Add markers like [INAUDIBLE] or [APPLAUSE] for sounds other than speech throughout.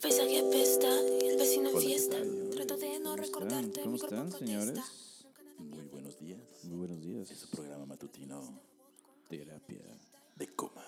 paisaje apesta y el vecino en Hola, ¿qué fiesta. tal, señores? Trato de no ¿Cómo recordarte, están? ¿Cómo mi cuerpo están, contesta. señores? Nunca Muy nada buenos días. Muy buenos días. Es su programa matutino Terapia. de coma.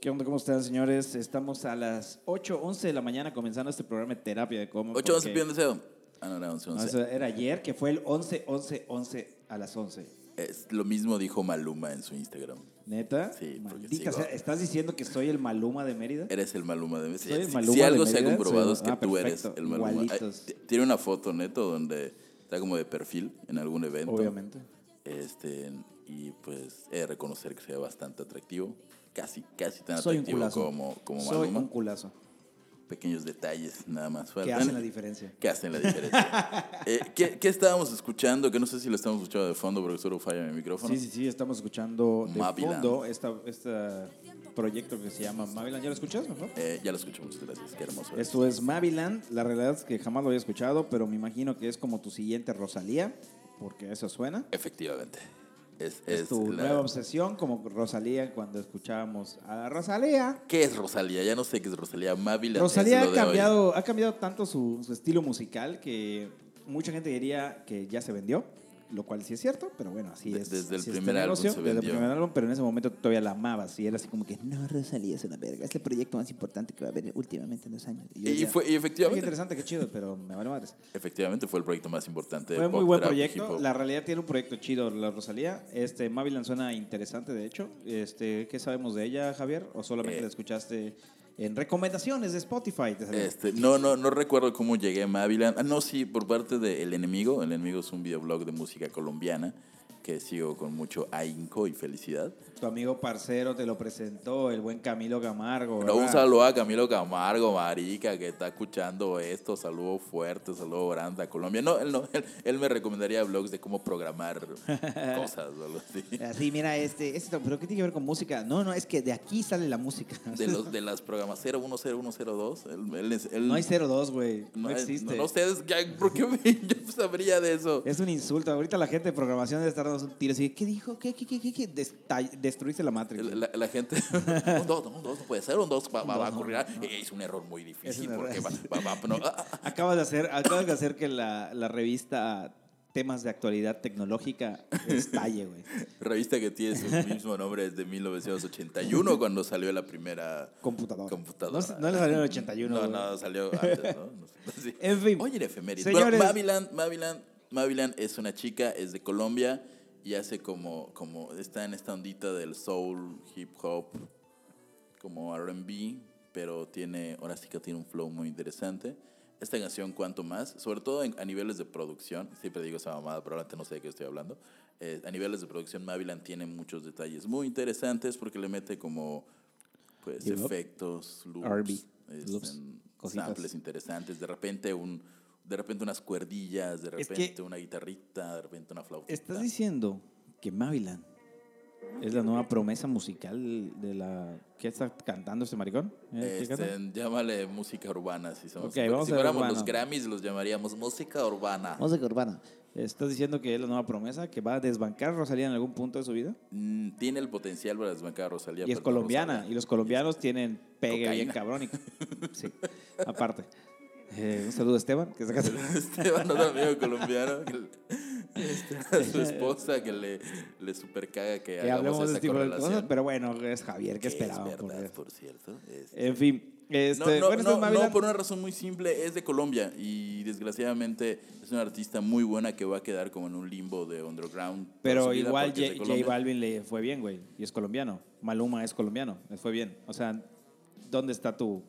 ¿Qué onda? ¿Cómo están, señores? Estamos a las 8, 11 de la mañana comenzando este programa de terapia de cómo. 8 11 porque- pido un deseo. Ah, no, era 11 No, 11. eso era ayer, que fue el 11, 11, 11 a las 11. Es lo mismo dijo Maluma en su Instagram. ¿Neta? Sí, porque Maldita sigo- sea, ¿estás diciendo que soy el Maluma de Mérida? Eres el Maluma de Soy el Si- Maluma Si de algo se ha Mérida, comprobado soy- es que ah, tú perfecto, eres el Maluma. Ay, igualitos. t- tiene una foto, neto, donde está como de perfil en algún evento. Obviamente. Este, y pues he de reconocer que sea bastante atractivo. Casi, casi tan Soy un atractivo culazo. como, como soy Maluma. un culazo. Pequeños detalles nada más Que faltan. hacen la diferencia. que hacen la [LAUGHS] diferencia. Eh, ¿qué, qué estábamos escuchando? Que no sé si lo estamos escuchando de fondo porque solo falla mi micrófono. Sí, sí, sí, estamos escuchando de Maviland. fondo este esta proyecto que se llama Maviland. ¿Ya lo escuchas, mejor? Eh, ya lo escucho, muchas gracias. Qué hermoso. es. Esto es Maviland. La realidad es que jamás lo había escuchado, pero me imagino que es como tu siguiente Rosalía, porque eso suena. Efectivamente. Es, Es, es tu la- nueva obsesión, como Rosalía cuando escuchábamos a Rosalía. ¿Qué es Rosalía? Ya no sé qué es Rosalía. Mávila. Rosalía ha cambiado, ha cambiado tanto su, su estilo musical que mucha gente diría que ya se vendió, lo cual sí es cierto, pero bueno, así De- es. desde el así es este primer álbum se desde el vendió. primer álbum, pero en ese momento tú todavía la amabas y era así como que No, Rosalía es una verga. Es el proyecto más importante que va a haber últimamente en los años. yo Y, ya- fue, y Qué efectivamente, interesante, qué chido, pero me vale madres. efectivamente fue el proyecto más importante. de Fue muy este, pop, buen trap, hip proyecto. hop. La realidad tiene un proyecto chido, la Rosalía. Este, Mavilan suena interesante, de hecho. Este, ¿Qué sabemos de ella, Javier? ¿O solamente Eh. la escuchaste en recomendaciones de Spotify? te salió? Este, no, no, no recuerdo cómo llegué a Mavilan. Ah, no, sí, por parte de El Enemigo. El Enemigo es un videoblog de música colombiana que sigo con mucho ahínco y felicidad. Tu amigo parcero te lo presentó, el buen Camilo Camargo. Pero un ¿verdad? saludo a Camilo Camargo, marica, que está escuchando esto. Saludo fuerte, saludo grande a Colombia. No, él, no, él, él me recomendaría blogs de cómo programar [LAUGHS] cosas o algo así. Así, mira, este, este, pero ¿qué tiene que ver con música? No, no, es que de aquí sale la música. De, los, de las programas 010102. Él, él es- él- [LAUGHS] No hay 02, güey. No, no, existe. No, no sé, es que- ¿por qué me- [LAUGHS] yo sabría de eso? Es un insulto. Ahorita la gente de programación debe estar dando un tiro. Así, ¿Qué dijo? ¿Qué? ¿Qué? ¿Qué? ¿Qué? qué? Desta- Destruiste la Matrix. güey. La, la gente, [LAUGHS] un 2, un 2 no puede ser, un 2 va, va- va a ocurrir. Eh, Es un error muy difícil Es un error. [LAUGHS] porque va, va- va- no, ah, ah, Acabas de hacer, acabas de hacer que la, la revista Temas de Actualidad Tecnológica estalle, güey. revista que tiene su mismo nombre desde 1981 cuando salió la primera Computador. computadora. No, se- no le salió en el 81. No, güey. no, salió antes, ¿no? [LAUGHS] No sé. Sí. En fin, Oye, de efemérides. señores. Bueno, Maviland, Maviland, Maviland es una chica, es de Colombia y hace como, como, está en esta ondita del soul, hip hop, como RB, pero tiene, ahora sí que tiene un flow muy interesante. Esta canción, cuanto más, sobre todo en- a niveles de producción, siempre digo esa mamada, pero ahora no sé de qué estoy hablando. Eh, a niveles de producción, Maviland tiene muchos detalles muy interesantes porque le mete como pues Hip hop. efectos, loops, R&B, este, loops, en cositas. samples interesantes, de repente un de repente unas cuerdillas, de Es que- repente una guitarrita, de repente una flauta. ¿Estás diciendo que Mavilan es la nueva promesa musical de la que está cantando este maricón? ¿Eh? ¿Qué canta? Este, llámale música urbana si somos. Ok, vamos si a ver fuéramos urbano. los Grammys los llamaríamos música urbana. Música urbana. ¿Estás diciendo que es la nueva promesa que va a desbancar a Rosalía en algún punto de su vida? Mm, tiene el potencial para desbancar a Rosalía. y es perdón, colombiana, Rosalía. y los colombianos tienen pegue bien Cocaína. cabrón. y- sí, aparte. Eh, un saludo a Esteban, que [LAUGHS] está casado. [LAUGHS] Esteban, otro amigo colombiano, que le- este, a [LAUGHS] su esposa que le, le super caga que, que hablemos de hagamos este esa tipo de correlación. cosas, pero bueno, es Javier, que ¿qué es esperaba? por verdad, Dios? por cierto. Este, En fin, este, No, no, bueno, esto no, es Mavilan. no, por una razón muy simple, es de Colombia y desgraciadamente es una artista muy buena que va a quedar como en un limbo de underground. toda su pero vida igual porque es de J, J Colombia. Balvin le fue bien, güey, y es colombiano. Maluma es colombiano, le fue bien. O sea, ¿dónde está tu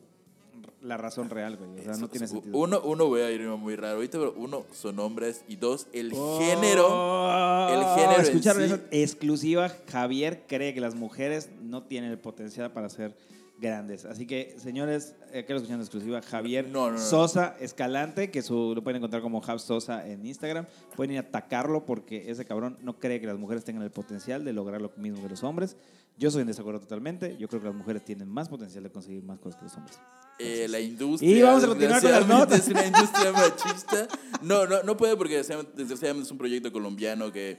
la razón real, güey? O sea, Eso, no tiene eso. sentido. Uno, uno voy a irme muy raro ahorita, pero uno, son hombres y dos, el Oh, género. el género en ¿Escucharon sí- esa exclusiva? Javier cree que las mujeres no tienen el potencial para ser grandes. Así que, señores, eh, ¿qué lo escuchan en exclusiva? Javier No, no, no, no. Sosa Escalante, que su, lo pueden encontrar como Jav Sosa en Instagram. Pueden ir a atacarlo porque ese cabrón no cree que las mujeres tengan el potencial de lograr lo mismo que los hombres. Yo soy en desacuerdo totalmente. Yo creo que las mujeres tienen más potencial de conseguir más cosas que los hombres. Eh, la industria. Y vamos a continuar con las desgraciadamente, notas. Es una industria machista. No, no, no puede porque desgraciadamente es un proyecto colombiano que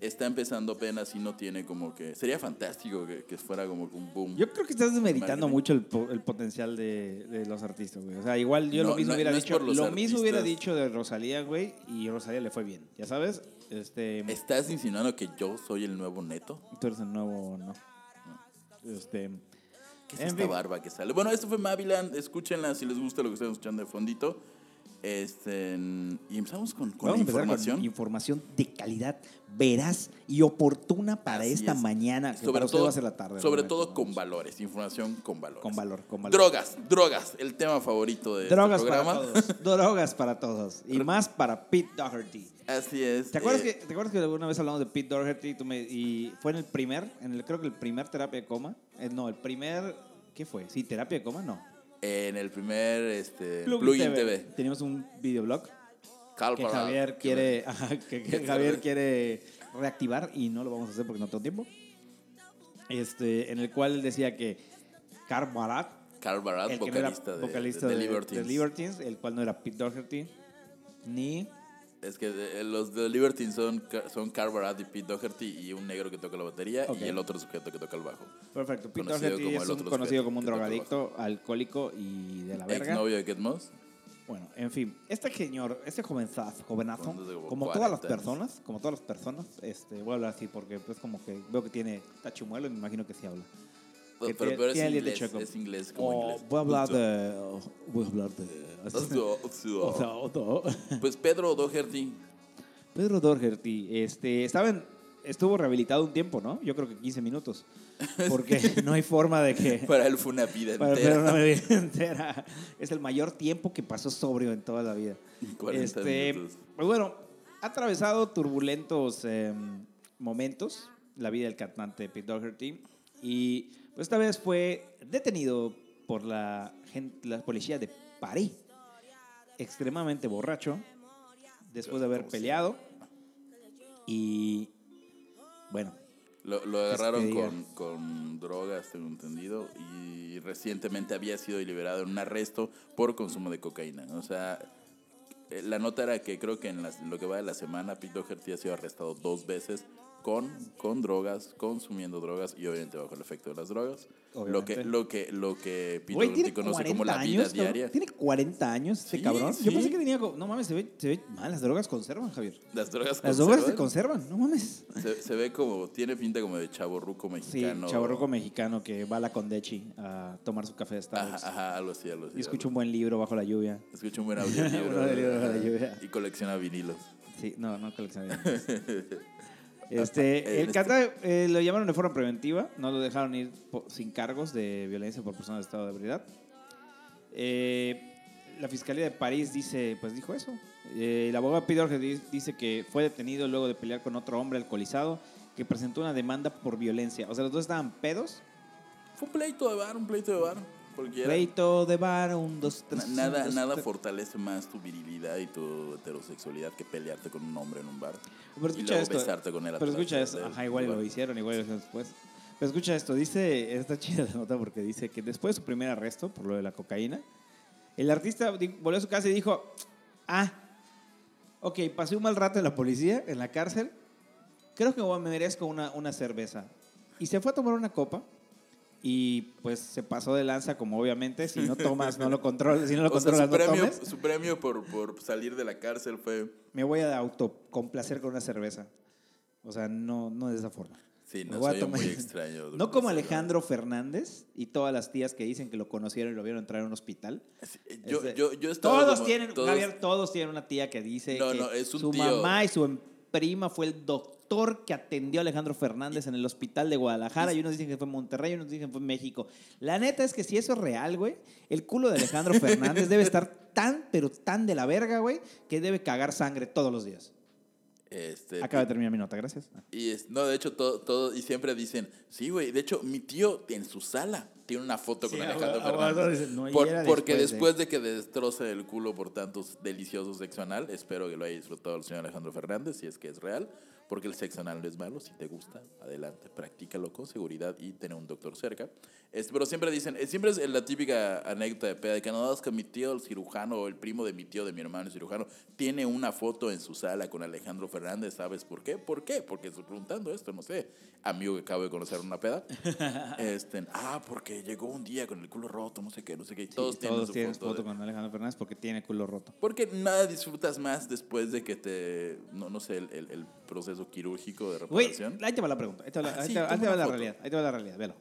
está empezando apenas y no tiene como que... Sería fantástico que, que fuera como que un boom. Yo creo que estás desmeritando Marketing. mucho el, po- el potencial de, de los artistas, güey. O sea, igual yo No, lo mismo no- hubiera no es dicho, por los lo mismo hubiera artistas. dicho de Rosalía, güey, y Rosalía le fue bien, ya sabes. Este, ¿Estás insinuando que yo soy el nuevo neto? tú eres el nuevo, no. Este, ¿Qué es En esta fin. barba que sale? Bueno, esto fue Maviland. Escúchenla si les gusta lo que están escuchando de fondito. Este, y empezamos con, con la Vamos a empezar información. Con información de calidad, veraz y oportuna para Así esta es. mañana. Y Que para usted va a ser la tarde. sobre realmente, todo ¿no? con valores, información con valores. Con valor, con valor. Drogas, drogas, el tema favorito de Drogas este para programa. todos. Drogas para todos. Y más para Pete Doherty. Así es. ¿Te acuerdas, eh, que, ¿Te acuerdas que alguna vez hablamos de Pete Doherty y, tú me- y fue en el primer, en el, creo que el primer terapia de coma? Eh, no, el primer, ¿qué fue? Sí, terapia de coma, no. En el primer este, plugin TV. Teníamos un videoblog Cal que para- Javier quiere, [LAUGHS] ajá, que, que Javier quiere reactivar y no lo vamos a hacer porque no tengo tiempo. Este, en el cual él decía que Carl Barat, Carl Barat, el que no era vocalista, de- vocalista de, de, The de Libertines. Libertines, el cual no era Pete Doherty, ni Es que eh, los de Libertines son, Ca- son Carl Barat y Pete Doherty y un negro que toca la batería Ok. y el otro sujeto que toca el bajo. Perfecto. Pete Conocido Doherty como es el un otro conocido sujeto como un que toca drogadicto, alcohólico y de la Ex verga. novio de Kate Moss. Bueno, en fin, este señor, este jovenzazo, jovenazo, Entonces, como como todas las 40 años. personas, como todas las personas, este, voy a hablar así porque pues como que veo que tiene tachumuelo y me imagino que sí habla. Pero, Que pero, tiene- pero es tiene diente inglés, chueco. Oh, es inglés como O inglés. voy a hablar de, o voy a hablar de, [LAUGHS] o sea, otro. [LAUGHS] Pues Pedro Doherty, Pedro Doherty, este, saben, estuvo rehabilitado un tiempo, ¿no? Yo creo que [LAUGHS] 15 minutos, porque no hay forma de que para él fue una vida Para entera. perder una bebida [LAUGHS] entera. Es el mayor tiempo que pasó sobrio en toda la vida. [LAUGHS] 40 minutos. Pues bueno, ha atravesado turbulentos eh, momentos la vida del cantante Pete Doherty. Y pues esta vez fue detenido por la, gen- la policía de París, extremadamente borracho, después de haber Como siempre. peleado. Y bueno, Lo, lo agarraron Despedida. con, con drogas, tengo entendido, y recientemente había sido liberado en un arresto por consumo de cocaína. O sea, eh, la nota era que creo que en las- lo que va de la semana, Pete Doherty ha sido arrestado dos veces con, con drogas, consumiendo drogas y obviamente bajo el efecto de las drogas. Lo que, Obviamente. lo que, lo que Pete Güey, Doherty tiene conoce 40 como la vida años, cabrón. diaria. Tiene 40 años este Sí, cabrón. sí. Yo pensé que tenía. como- No mames, se ve, se ve mal. Las drogas conservan, Javier. Las drogas Las drogas se conservan. conservan, no mames. Se, se ve como, tiene pinta como de chaborruco Sí, mexicano. chavorroco mexicano que va a la Condechi a tomar su café de Ajá, Starbucks. ajá, algo así, algo así. Y escucha un buen libro bajo la lluvia. Escucha un [LAUGHS] buen audiolibro. Un audiolibro bajo la ajá, lluvia. Y colecciona vinilos. Sí, no, no [LAUGHS] coleccioné. Este, Eh, el cantante eh, lo llamaron de forma preventiva, no lo dejaron ir po- sin cargos de violencia por persona de estado de ebriedad. Eh, la fiscalía de París dice, pues dijo eso. Eh, el abogado Peter Orge dice que fue detenido luego de pelear con otro hombre alcoholizado que presentó una demanda por violencia. O sea, los dos estaban pedos. Fue un pleito de bar, un pleito de bar. Porque era- Pleito de bar, un, dos, na- tres. un, nada, dos, nada tres. fortalece más tu virilidad y tu heterosexualidad que pelearte con un hombre en un bar. Pero y escucha luego esto. besarte con él. atrás Pero escucha de- esto. del- Ajá, igual y del lo bar. hicieron, igual y lo hicieron después. Pero escucha esto. Dice, está chida la nota porque dice que después de su primer arresto por lo de la cocaína, el artista di- volvió a su casa y dijo, ah, ok, pasé un mal rato en la policía, en la cárcel, creo que me merezco una, una cerveza. Y se fue a tomar una copa. Y pues se pasó de lanza, como obviamente, si no tomas, no [LAUGHS] lo controlas, si no lo O sea, controlas, su no premio, tomes. su premio por, por salir de la cárcel fue. Me voy a autocomplacer con una cerveza. O sea, no, no de esa forma. Sí, Me no voy a soy tomar- muy extraño. No como Alejandro Fernández y todas las tías que dicen que lo conocieron y lo vieron entrar a un hospital. Sí, Yo, Este, yo, yo he estado todos como- tienen, todos- Javier, todos tienen una tía que dice No, que no, es un su tío. mamá y su prima fue el doctor que atendió a Alejandro Fernández en el hospital de Guadalajara. Y unos dicen que fue en Monterrey, y unos dicen que fue en México. La neta es que si eso es real, güey, el culo de Alejandro Fernández debe estar tan, pero tan de la verga, güey, que debe cagar sangre todos los días. Este, Acaba de terminar mi nota, gracias. Y es- no, de hecho, todo, todo, y siempre dicen, sí, güey, de hecho, mi tío en su sala tiene una foto Sí, con a- Alejandro a- Fernández. a- dice, no, y Por- era porque después después de... que destroce el culo por tantos deliciosos sexo anal, espero que lo haya disfrutado el señor Alejandro Fernández, si es que es real, porque el sexo anal no es malo, si te gusta, adelante, practícalo con seguridad y tener un doctor cerca. Es- pero siempre dicen, eh, siempre es la típica anécdota de peda, de que no es que mi tío, el cirujano, o el primo de mi tío, de mi hermano, el cirujano, tiene una foto en su sala con Alejandro Fernández, ¿sabes por qué? ¿Por qué? Porque estoy preguntando esto, no sé, amigo que acabo de conocer en una peda. Este, ah, porque llegó un día con el culo roto, no sé qué, no sé qué. y todos tienen Todos su tienen foto. foto de- con Alejandro Fernández porque tiene culo roto. Porque nada disfrutas más después de que te, no, no sé, el, el- el proceso quirúrgico de Güey, reparación. ahí te va la pregunta. Ahí te va, la- Ah, ahí sí, te- ahí toma te va una la foto. realidad. Ahí te va la realidad, velo.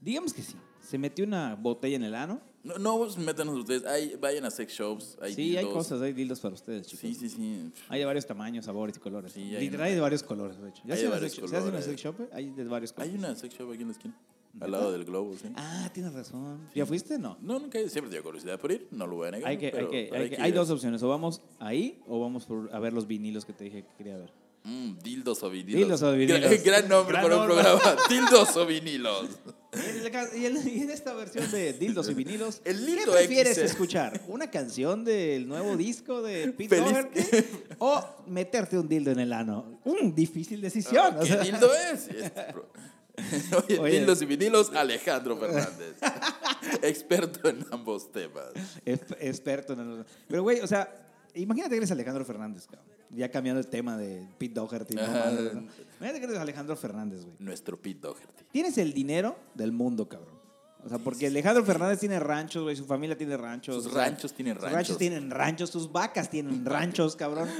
Digamos que sí. Se metió una botella en el ano. No, no pues, métanos ustedes, hay, vayan a sex shops, hay sí, hay dildos. cosas, hay dildos para ustedes, chicos. Sí, sí, sí. Hay de varios tamaños, sabores y colores. Sí, hay Literal una- hay de varios colores, de hecho. Ya Hay se de hace varios sex- se hace una colores. sex shop, eh, hay de varios colores. Hay una sex shop aquí en la esquina, al lado del globo, sí. Ah, tienes razón. ¿Ya fuiste? No. No, nunca he ido, siempre tengo curiosidad por ir, no lo voy a negar. Hay, que, hay, pero- que, pero hay, que- que hay ir. dos opciones. O vamos ahí o vamos por- a ver los vinilos que te dije que quería ver. Mm, dildos o vinilos. Dildos o Gra- [LAUGHS] vinilos. Gran nombre Gran para un nombre. programa, [LAUGHS] dildos o vinilos. Y en, [LAUGHS] y en esta versión de dildos y vinilos, El ¿qué dildo prefieres XL. escuchar? ¿Una canción del nuevo disco de Pete Feliz- Doherty o meterte un dildo en el ano? Un difícil decisión. o Ah, ¿Qué sea. [LAUGHS] dildo es? Este pro- [LAUGHS] Oye, Oye. dildos y vinilos, Alejandro Fernández. [LAUGHS] Experto en ambos temas. Ex- Experto en el- Pero, güey, o sea, imagínate que eres Alejandro Fernández, cabrón. Ya cambiando el tema de Pete Doherty. no Ajá. mames, ¿no? Imagínate que eres Alejandro Fernández, güey. Nuestro Pete Doherty. Tienes el dinero del mundo, cabrón. O sea, porque Alejandro Fernández tiene ranchos, güey. Su familia tiene ranchos. Sus o sea, ranchos tienen sus ranchos. tienen ranchos. Sus [LAUGHS] vacas tienen ranchos, cabrón.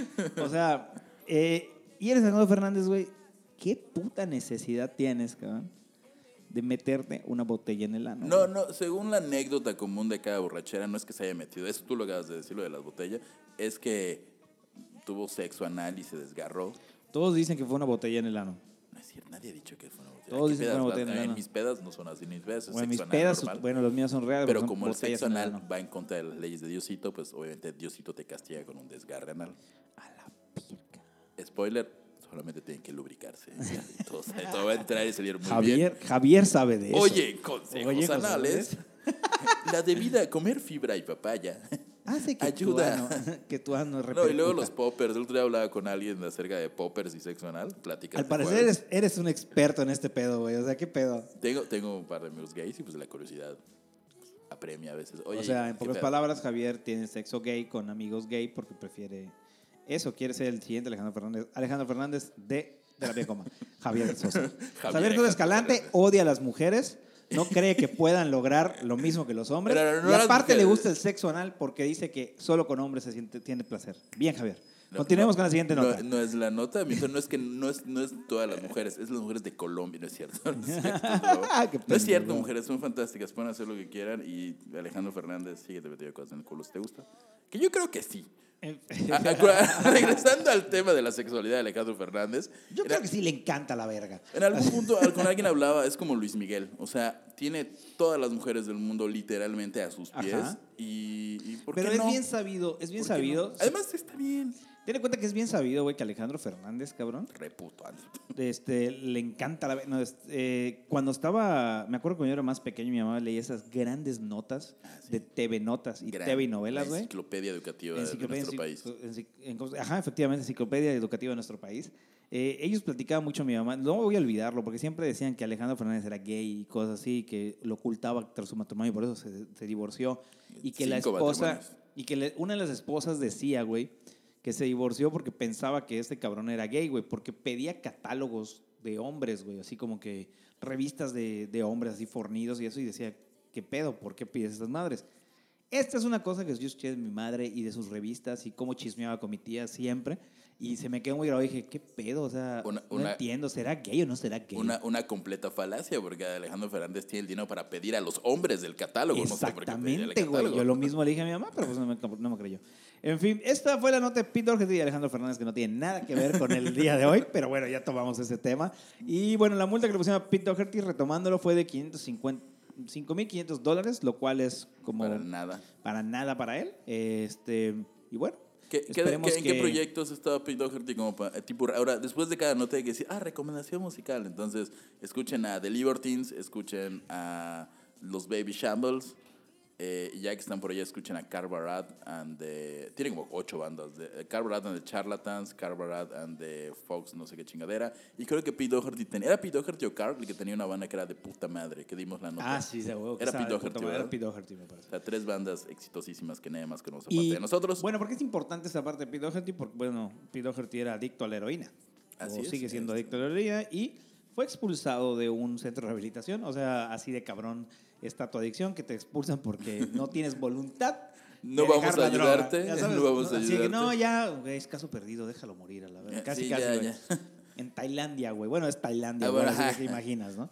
O sea, eh, y eres Alejandro Fernández, güey. ¿Qué puta necesidad tienes, cabrón? De meterte una botella en el ano. No, güey? no, según la anécdota común de cada borrachera, no es que se haya metido, eso tú lo acabas de decir, lo de las botellas, es que tuvo sexo anal y se desgarró. Todos dicen que fue una botella en el ano. No es cierto, nadie ha dicho que fue una botella. Todos ¿Qué dicen que pedas fue una vas? botella en el En ano. mis pedas no son así, en mis pedas es Bueno, mis sexo anal pedas, normal. bueno, los míos son reales. Pero son como el botellas sexo en el anal ano. va en contra de las leyes de Diosito, pues obviamente Diosito te castiga con un desgarre anal. A la pirca. Spoiler, solamente tienen que [LAUGHS] lubricarse. y todo, sale- todo va a entrar y salir muy bien. Javier, Javier sabe de eso. Oye, consejos Oye, consejos. anales. [LAUGHS] La debida comer fibra y papaya. [LAUGHS] Hace que ayuda. tu ano, [LAUGHS] que tu No, ano y luego repercuta. los poppers. El otro día hablaba con alguien acerca de poppers y sexo anal. Pláticas Al de parecer jueves. eres, eres un experto en este pedo, güey. O sea, ¿qué pedo? Tengo, tengo un par de amigos gays y pues la curiosidad pues, apremia a veces. Oye, o sea, en ¿qué pocas pedo? palabras, Javier tiene sexo gay con amigos gay porque prefiere eso. Quiere ser el siguiente Alejandro Fernández. Alejandro Fernández de [LAUGHS] Terapia Coma. Javier Sosa. Javier Sosa Alejandro Escalante odia a las mujeres. No cree que puedan lograr lo mismo que los hombres. Pero no y las aparte le mujeres. gusta el sexo anal porque dice que solo con hombres se siente, tiene placer. Bien, Javier. No, Continuemos no, con la siguiente no, nota. No, es la nota, mientras no es que no es, no es todas las mujeres, es las mujeres de Colombia, no es cierto. No es [LAUGHS] cierto, Ah, Qué no es cierto, pendejo. mujeres son fantásticas, pueden hacer lo que quieran y Alejandro Fernández sigue te metiendo cosas en el culo si te gusta. Que yo creo que sí. A- a- [LAUGHS] regresando al tema de la sexualidad de Alejandro Fernández, Yo era- creo que sí le encanta la verga. en algún punto al- con alguien hablaba, es como Luis Miguel, o sea, tiene todas las mujeres del mundo literalmente a sus pies Ajá. y, y ¿por Pero qué es no? bien sabido, es bien ¿Por qué no? sabido. Además está bien. Ten en cuenta que es bien sabido, güey, que Alejandro Fernández, cabrón, Reputo. este, le encanta la... ve- No, es- eh, cuando estaba, me acuerdo cuando yo era más pequeño, mi mamá leía esas grandes notas de TV Notas y Gran- TV y novelas, la güey. Enciclopedia educativa Enciclopedia, de nuestro país. enci- enci- en- ajá, efectivamente, enciclopedia educativa de nuestro país. Eh, ellos platicaban mucho a mi mamá, no voy a olvidarlo, porque siempre decían que Alejandro Fernández era gay y cosas así, que lo ocultaba tras su matrimonio y por eso se, se divorció. Y que la Cinco esposa, matrimonios. y que le- una de las esposas decía, güey, que se divorció porque pensaba que este cabrón era gay, güey, porque pedía catálogos de hombres, güey, así como que revistas de, de hombres así fornidos y eso, y decía, ¿qué pedo? ¿Por qué pides estas madres? Esta es una cosa que yo escuché de mi madre y de sus revistas y cómo chismeaba con mi tía siempre. Y se me quedó muy grabado y dije, ¿qué pedo? O sea, Una- no una- entiendo, ¿será gay o no será gay? Una, una completa falacia, porque Alejandro Fernández tiene el dinero para pedir a los hombres del catálogo. no sé por qué pedía el Exactamente, güey. catálogo. Yo lo mismo le dije a mi mamá, pero pues no me, no me creyó. En fin, esta fue la nota de Pete Doherty y Alejandro Fernández, que no tiene nada que ver con el día de hoy, [LAUGHS] pero bueno, ya tomamos ese tema. Y bueno, la multa que le pusieron a Pete Doherty, retomándolo, fue de 550, 5.500 dólares, lo cual es como Para nada. para nada para él. Este, y bueno, ¿Qué, qué- Esperemos qué- ¿En qué que- proyectos estaba Pete Doherty como pa- eh, tipo, ahora, después de cada nota hay que decir, ah, recomendación musical. Entonces, escuchen a The Libertines, escuchen a Los Baby Shambles, eh, y ya que están por allá, escuchen a Carbarat and the... Tiene como ocho bandas. De, eh, Carbarat and the Charlatans, Carbarat and the Fox no sé qué chingadera. Y creo que Pete Doherty tenía... ¿Era Pete Doherty o Carl el que tenía una banda que era de puta madre? Que dimos la nota. Ah, sí, de huevo. que Era estaba de Pete puta Doherty, madre, Era ¿verdad? Pete Doherty, me parece. O sea, tres bandas exitosísimas que nadie más conoce aparte Y- de nosotros. Bueno, porque es importante esa parte de Pete Doherty, porque, bueno, Pete Doherty era adicto a la heroína. Así o es, sigue siendo este. adicto a la heroína y fue expulsado de un centro de rehabilitación. O sea, así de cabrón está tu adicción, que te expulsan porque [LAUGHS] no tienes voluntad. No de vamos dejar a la droga, ayudarte, ya sabes, no vamos a Así que no, ayudarte. ya, güey, es caso perdido, déjalo morir a la verdad. Ya, Casi, sí, casi. ya, güey. ya. En Tailandia, güey. Bueno, es Tailandia, Ah, güey, bueno, así que te ajá. imaginas, ¿no?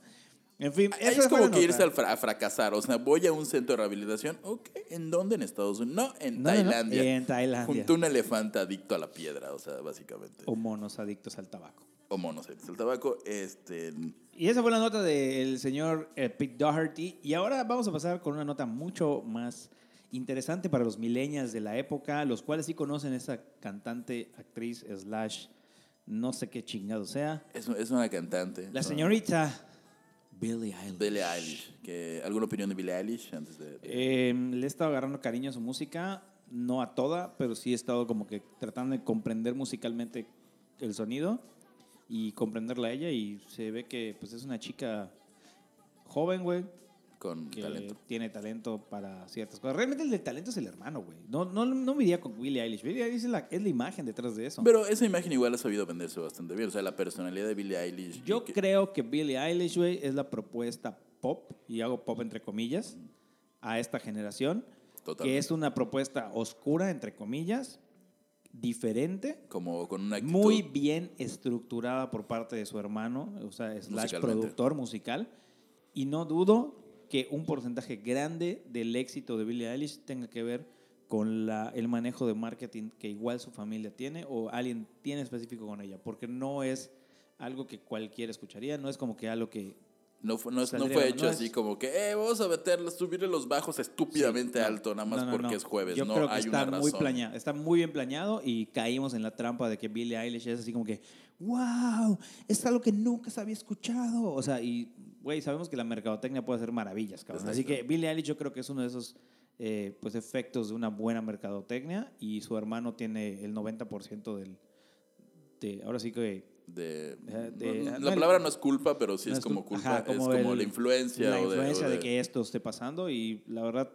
En fin, Ahí esa es fue como la que nota. irse al fra- a fracasar. O sea, voy a un centro de rehabilitación. Ok, ¿en dónde? En Estados Unidos. No, en No, no, no, Tailandia. en Tailandia. Oh. Junto a un elefante adicto a la piedra, o sea, básicamente. O monos adictos al tabaco. O monos adictos al tabaco. Este, Y esa fue la nota del señor eh, Pete Doherty. Y ahora vamos a pasar con una nota mucho más interesante para los millennials de la época, los cuales sí conocen esa cantante, actriz, slash, no sé qué chingado sea. es, es una cantante. La ¿no? señorita Billie Eilish. Ah. Billie Eilish. Que, ¿Alguna opinión de Billie Eilish antes de...? de- Eh, le he estado agarrando cariño a su música, no a toda, pero sí he estado como que tratando de comprender musicalmente el sonido y comprenderla a ella y se ve que pues es una chica joven, güey, con que talento. tiene talento para ciertas cosas. Realmente el de talento es el hermano, güey. No, no, no me iría con Billie Eilish. Billie Eilish es la, es la imagen detrás de eso. Pero esa imagen igual ha sabido venderse bastante bien. O sea, la personalidad de Billie Eilish. Yo que- creo que Billie Eilish, güey, es la propuesta pop, y hago pop entre comillas, a esta generación. Totalmente. Que es una propuesta oscura, entre comillas, diferente, Como con una actitud... muy bien estructurada por parte de su hermano, o sea, slash Musicalmente. productor musical. Y no dudo que un porcentaje grande del éxito de Billie Eilish tenga que ver con la, el manejo de marketing que igual su familia tiene o alguien tiene específico con ella, porque no es algo que cualquiera escucharía, no es como que algo que... No fue, no, es- no Saldría, fue ¿no? hecho No así es- como que, eh, vamos a meterle, subirle los bajos estúpidamente alto, nada más No, no, porque no. es jueves. Yo no creo que hay está una muy razón. planeado, está muy bien planeado y caímos en la trampa de que Billie Eilish es así como que, wow, es algo que nunca se había escuchado. O sea, y, güey, sabemos que la mercadotecnia puede hacer maravillas, cabrón. Así que Exacto. Billie Eilish yo creo que es uno de esos eh, pues, efectos de una buena mercadotecnia y su hermano tiene el 90% del... de- ahora sí que... De, Eh, de- no, no, la el- palabra no es culpa, pero sí no es como cul- culpa. ajá, es como el- la influencia. La o influencia o de, que esto esté pasando y la verdad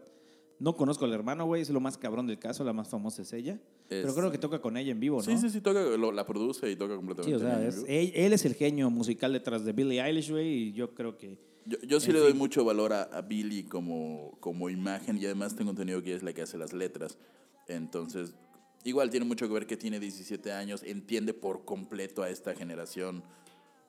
no conozco al hermano, güey, es lo más cabrón del caso, la más famosa es ella. Pero Es- creo que toca con ella en vivo, ¿no? Sí, sí, sí, toca, lo- la produce y toca completamente. Sí, o sea, bien, es- amigo. él, él es el genio musical detrás de Billie Eilish, güey, y yo creo que... yo, yo sí en le doy fin. mucho valor a, a Billy como, como imagen y además tengo entendido que ella es la que hace las letras. Entonces, igual tiene mucho que ver que tiene 17 años, entiende por completo a esta generación.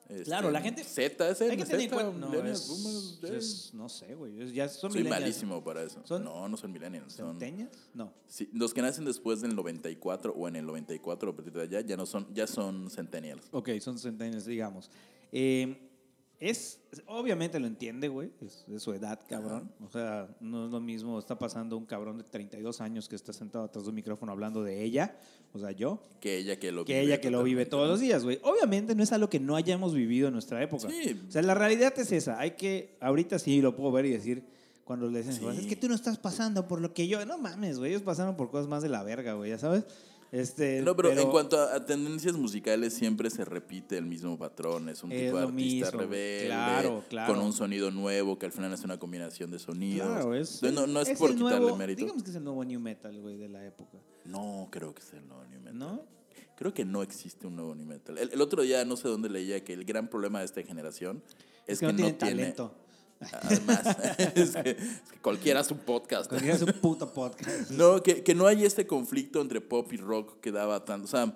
Este, Claro, la gente- Z es él, Hay que tener en Zeta, cuenta... No, millennials, es- boomers, eh. es- no sé, güey, es- ya son Soy millennials. malísimo para eso. ¿Son? No, no son millennials. Son, ¿Centenias? No. Sí, los que nacen después del 94 o en el 94 o a partir de allá ya no son, ya son centennials. Ok, son centenias, digamos. Eh, es, obviamente lo entiende, güey, es de su edad, cabrón. O sea, no es lo mismo, está pasando un cabrón de 32 años que está sentado atrás de un micrófono hablando de ella, o sea, yo, Que ella que lo que ella que lo vive totalmente, todos ¿no? los días, güey. Obviamente no es algo que no hayamos vivido en nuestra época. Sí. O sea, la realidad es esa. Hay que, ahorita sí lo puedo ver y decir, cuando le dicen, Sí. es que tú no estás pasando por lo que yo, no mames, güey, ellos pasaron por cosas más de la verga, güey, ya sabes. Este, No, pero, en cuanto a, a tendencias musicales siempre se repite el mismo patrón. Es un Es tipo de lo artista mismo, rebelde, claro, claro. con un sonido nuevo que al final es una combinación de sonidos. Claro, es. Entonces, no, no es, es por el quitarle nuevo- mérito. Digamos que es el nuevo new metal, güey, de la época. No, creo que sea el nuevo New Metal. ¿No? Creo que no existe un nuevo New Metal. El, el otro día no sé dónde leía que el gran problema de esta generación es, Es que, no, tiene talento. Además, [LAUGHS] es, que, es que cualquiera hace un [LAUGHS] podcast. Cualquiera es un puto [LAUGHS] podcast. [LAUGHS] No, que, que no hay este conflicto entre pop y rock que daba tanto. O sea,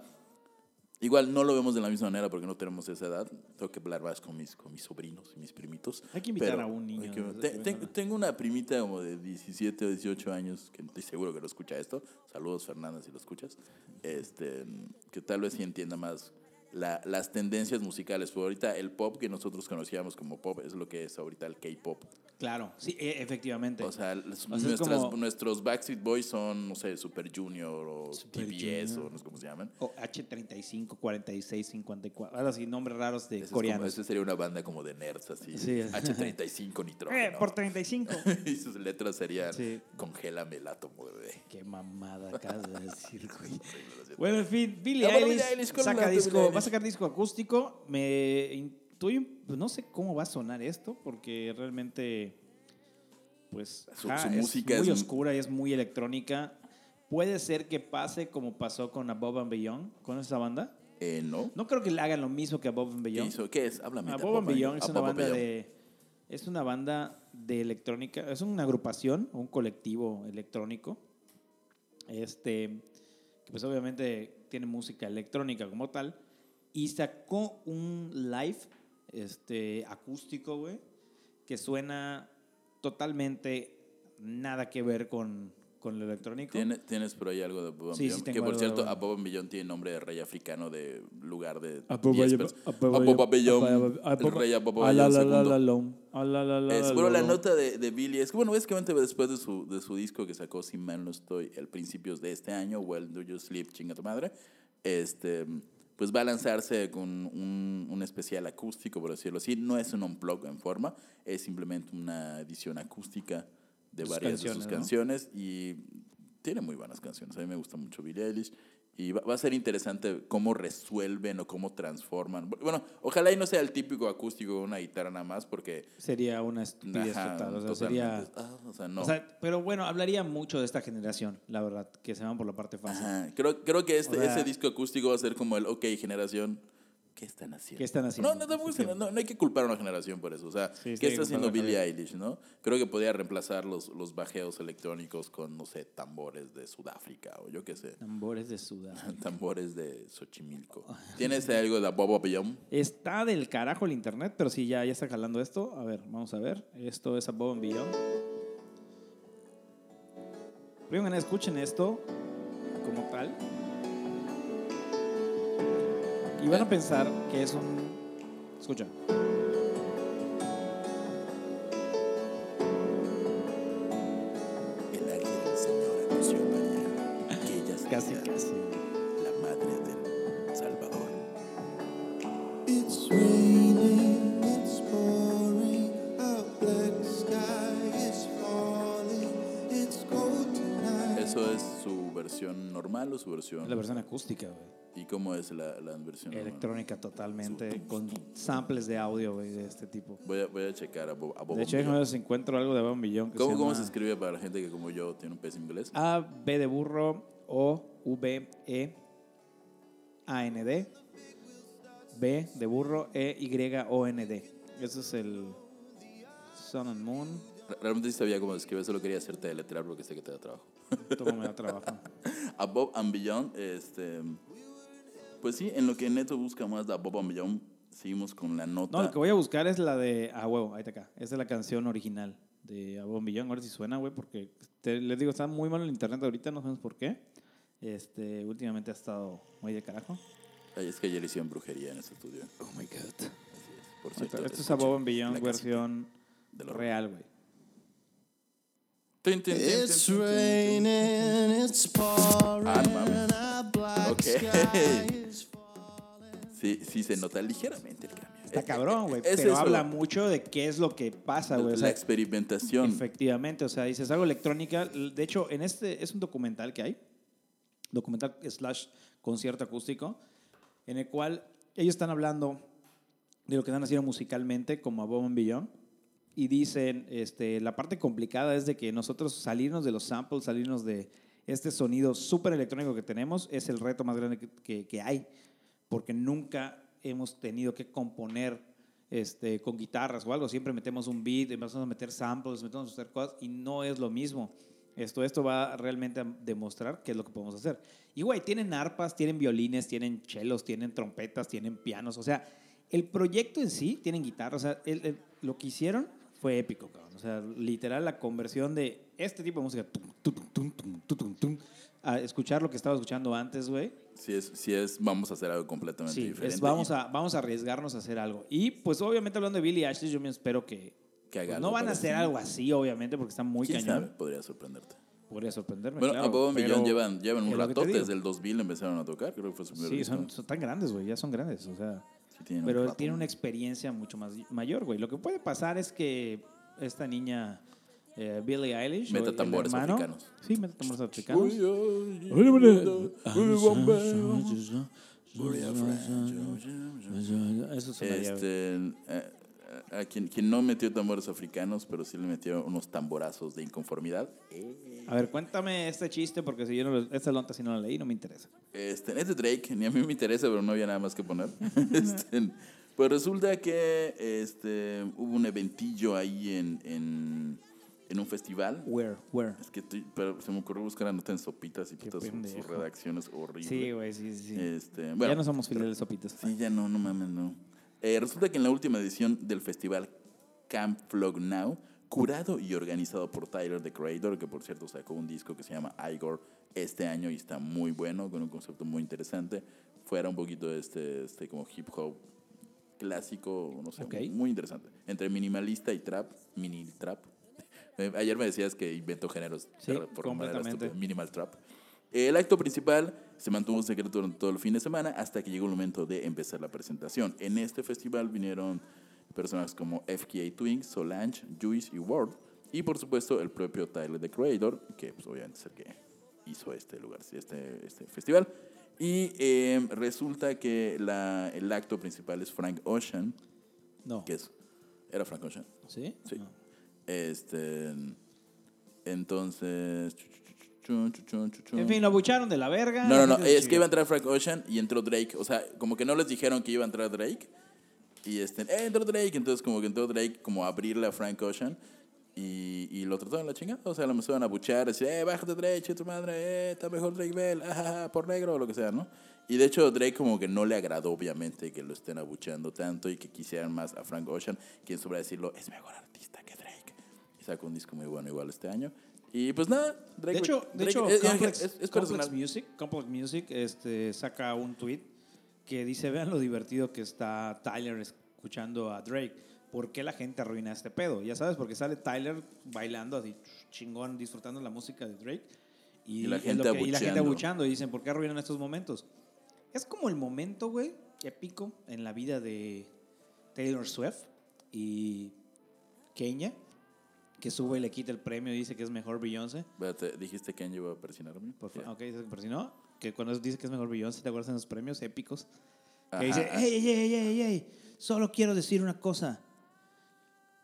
igual no lo vemos de la misma manera porque no tenemos esa edad. Tengo que hablar más con mis, con mis sobrinos y mis primitos. Hay que invitar Pero a un niño, hay que- ¿no? te- te- tengo una primita como de 17 o 18 años que estoy seguro que no escucha esto. Saludos, Fernanda, si lo escuchas. Este, que tal vez sí entienda más la- las tendencias musicales. Porque ahorita el pop que nosotros conocíamos como pop es lo que es ahorita el K-pop. Claro, sí, e- efectivamente. O sea, las- O sea, es nuestras- como- nuestros Backstreet Boys son, no sé, Super Junior o Super TBS o Junior. no sé cómo se llaman. o H35, 46, 54. Ahora sí, nombres raros de Ese es como- coreanos. ese sería una banda como de nerds, así. Sí. H35 nitrógeno. Eh, por [LAUGHS] 35. y sus letras serían Sí. Congélame el átomo, bebé. Qué mamada acabas de decir, güey. Bueno, en fin, Billie Ah, bueno, Eilish, Billie Eilish, ¿cuál es saca la de disco, Billie Eilish? va a sacar disco acústico. Me intuyo, pues, no sé cómo va a sonar esto, porque realmente, pues, Su- su es música muy es- oscura y es muy electrónica. Puede ser que pase como pasó con Above and Beyond, con esa banda. Eh, ¿No? No creo que le hagan lo mismo que Above and ¿Qué Beyond. hizo? ¿Qué es? Háblame. de Above and Beyond Ah, es una Above and banda Beyond. de es una banda de electrónica, es una agrupación, un colectivo electrónico. Este que pues obviamente tiene música electrónica como tal y sacó un live este acústico, güey, que suena totalmente nada que ver con con lo electrónico. ¿Tiene- ¿Tienes por ahí algo de Above and Sí, sí, Beyond? tengo que por algo de cierto, Above. Above and Beyond tiene nombre de rey africano de lugar de. Above 10 and- pers- Above and- Above and Beyond. Above- El Above- rey Above Ala, and la, la, la, Beyond. lom. Ala, la, la, II. la, Seguro la lom. nota de, de Billy es que, bueno, básicamente después de su, de su disco que sacó, si mal no estoy, al principios de este año, Well Do You Sleep, chinga tu madre, este, pues va a lanzarse con un, un especial acústico, por decirlo así. No es un unplug en forma, es simplemente una edición acústica de Sus varias de sus canciones, ¿no? canciones y tiene muy buenas canciones. A mí me gusta mucho Billie Eilish. Y va, va a ser interesante cómo resuelven o cómo transforman. Bueno, ojalá y no sea el típico acústico de una guitarra nada más, porque. sería una estupidez ajá, total, o sea, totalmente. sería Ah, o sea, no. O sea, pero bueno, hablaría mucho de esta generación, la verdad, que se van por la parte fácil. Ajá, Creo, creo que este, O sea- ese disco acústico va a ser como el, ok, generación, ¿qué están haciendo? ¿Qué están haciendo? No, no, tampoco se- no, no hay que culpar a una generación por eso. O sea, Sí, sí ¿qué hay que está haciendo culpar a la Billie Eilish, no? Creo que podía reemplazar los, los bajeos electrónicos con, no sé, tambores de Sudáfrica o yo qué sé. [LAUGHS] Tambores de Sudáfrica. Tambores de [LAUGHS] Xochimilco. ¿Tienes algo de Bobo Beyond? Está del carajo el internet, pero sí, ya, ya está jalando esto. A ver, vamos a ver. Esto es Above and Beyond. Primero que nada, escuchen esto como tal. Y van a pensar que es un... Escucha. El ángel del Señor anunció a María que ella sería Casi, casi. la madre del Salvador. It's raining, it's pouring, a black sky is falling, it's cold tonight. ¿Eso es su versión normal o su versión? Es la versión acústica, güey. ¿Y cómo es la, la versión normal? Electrónica totalmente, con samples de audio, güey, de este tipo. Voy a, voy a checar a Bob. a Bob De hecho, Dylan. déjame ver si encuentro algo de Above and Beyond. que ¿Cómo, se cómo llama- se escribe para la gente que como yo tiene un pez inglés? A, B de burro, O, V, E, A, N, D. B de burro, E, Y, O, N, D. Eso es el Sun and Moon. Re- Realmente sí sabía cómo se escribe, solo quería hacerte deletrear porque sé que te da trabajo. Todo me da trabajo. Above and Beyond, este, pues sí, en lo que Neto busca más de Above and Beyond, seguimos con la nota. No, lo que voy a buscar es la de. Ah, huevo, ahí está acá. Esa es la canción original de Abón Billón. Ahora si suena, güey, porque te- les digo, está muy mal el internet ahorita, no sabemos por qué. Este, últimamente ha estado muy de carajo. Ay, es que ayer le hicieron brujería en este estudio. Oh my God. Así es. Por cierto, Esto es escuchen Abón la Billón casita versión de los- real, güey. Tin, tin, tin, tin, It's tin, tin, tin. raining, it's pouring, Ah, no mames. a black Ok. sky is Sí, sí se nota ligeramente el cambio. Está Eh, cabrón, güey. eh, es pero eso, habla mucho de qué es lo que pasa, güey. O La sea, experimentación. efectivamente, o sea, dices algo electrónica. De hecho, en este es un documental que hay, documental slash concierto acústico, en el cual ellos están hablando de lo que están haciendo musicalmente como a Bob and Beyond, y dicen, este, la parte complicada es de que nosotros salirnos de los samples, salirnos de este sonido súper electrónico que tenemos, es el reto más grande que, que- que hay, porque nunca hemos tenido que componer este, con guitarras o algo, siempre metemos un beat, empezamos a meter samples, metemos a hacer cosas y no es lo mismo. Esto, esto va realmente a demostrar qué es lo que podemos hacer. Y güey, tienen arpas, tienen violines, tienen chelos, tienen trompetas, tienen pianos, o sea, el proyecto en sí, tienen guitarra, o sea, el- el- lo que hicieron fue épico, cabrón. O sea, literal la conversión de este tipo de música tum, tum, tum, tum, tum, tum, tum, a escuchar lo que estaba escuchando antes, güey. Si es, si es, vamos a hacer algo completamente Sí, diferente. es, vamos, y a, vamos a arriesgarnos a hacer algo. Y pues obviamente hablando de Billy Ashley, yo me espero que... que haga pues, algo no van a parecido. hacer algo así, obviamente, porque están muy ¿Quién sabe? cañón. Podría sorprenderte. Podría sorprenderme. Bueno, claro, a Bob pero- Millón llevan, llevan un es lo que te rato, digo. desde el 2000 empezaron a tocar, creo que fue su primer Sí, disco. son, son tan grandes, güey, ya son grandes. O sea, Sí, tienen un pero él rato. tiene una experiencia mucho más mayor, güey. Lo que puede pasar es que esta niña, eh, Billie Eilish, o Meta el tambores hermano- africanos. Sí, meta tambores africanos. Eso sonaría, güey. Este, eh, a, a quien, quien no metió tambores africanos, pero sí le metió unos tamborazos de inconformidad. A ver, cuéntame este chiste porque si yo no lo- esta lonta si no la leí no me interesa. Este, este Drake, ni a mí me interesa, pero no había nada más que [LAUGHS] poner. Este, pues resulta que este, hubo un eventillo ahí en, en, en un festival. Where, where. Es que estoy- pero se me ocurrió buscar la nota en sopitas y Qué puta, su, su pendejo. redacción es horrible. Sí, güey, sí, sí. sí. Este, bueno, ya no somos fieles de sopitas. Sí, ya no, no mames, no. Eh, resulta que en la última edición del festival Camp Flog Now, curado y organizado por Tyler the Creator, que por cierto sacó un disco que se llama Igor este año y está muy bueno, con un concepto muy interesante. Fuera un poquito de este, este como hip hop clásico, no sé, Ok. muy interesante. Entre minimalista y trap, mini trap. Eh, Ayer me decías que inventó géneros Sí, por- por manera completamente. estúpida, minimal trap. Eh, El acto principal se mantuvo secreto durante todo el fin de semana hasta que llegó el momento de empezar la presentación. En este festival vinieron personas como FKA Twin, Solange, Juice y Ward. Y por supuesto el propio Tyler, the Creator, que pues, obviamente es el que hizo este lugar, sí, este, este festival. Y eh, resulta que la- el acto principal es Frank Ocean, No. que es, era Frank Ocean. ¿Sí? Sí. No. Este. Entonces. chu, chu, chu, chu, chu, chu, chu, chu. En fin, lo abucharon de la verga. No, no, la [LAUGHS] no. gente se Es que iba a chingó. entrar Frank Ocean y entró Drake. O sea, como que no les dijeron que iba a entrar Drake. Y este. "Eh, entró Drake. Entonces, como que entró Drake, como a abrirle a Frank Ocean. Y, y lo trataron la chingada. O sea, lo empezaron a buchar. Así, eh, bájate Drake, che tu madre. Eh, está mejor Drake Bell. Ajaja, por negro o lo que sea, ¿no? Y de hecho, Drake como que no le agradó, obviamente, que lo estén abucheando tanto y que quisieran más a Frank Ocean, quien sobra decirlo, es mejor artista que Drake. Y sacó un disco muy bueno igual este año. Y pues nada, Drake... De hecho, de Drake- hecho eh, eh, Complex, es- es Complex personal. Music, Complex Music este, saca un tweet que dice, vean lo divertido que está Tyler escuchando a Drake. ¿Por qué la gente arruina este pedo? Ya sabes, porque sale Tyler bailando así chingón, disfrutando la música de Drake. Y, Y la es gente lo que- y la gente abucheando. abucheando. Y dicen, ¿por qué arruinan estos momentos? Es como el momento, güey, épico en la vida de Taylor Swift y Kenya, que sube y le quita el premio y dice que es mejor Beyoncé. Espérate, dijiste que iba a presionarme. Por fa- Ya. Ok, dice que por si no, que cuando dice que es mejor Beyoncé, ¿te acuerdas en los premios épicos? Ajá, que dice, ajá. ¡Ey, ey, ey, ey, ey! Solo quiero decir una cosa.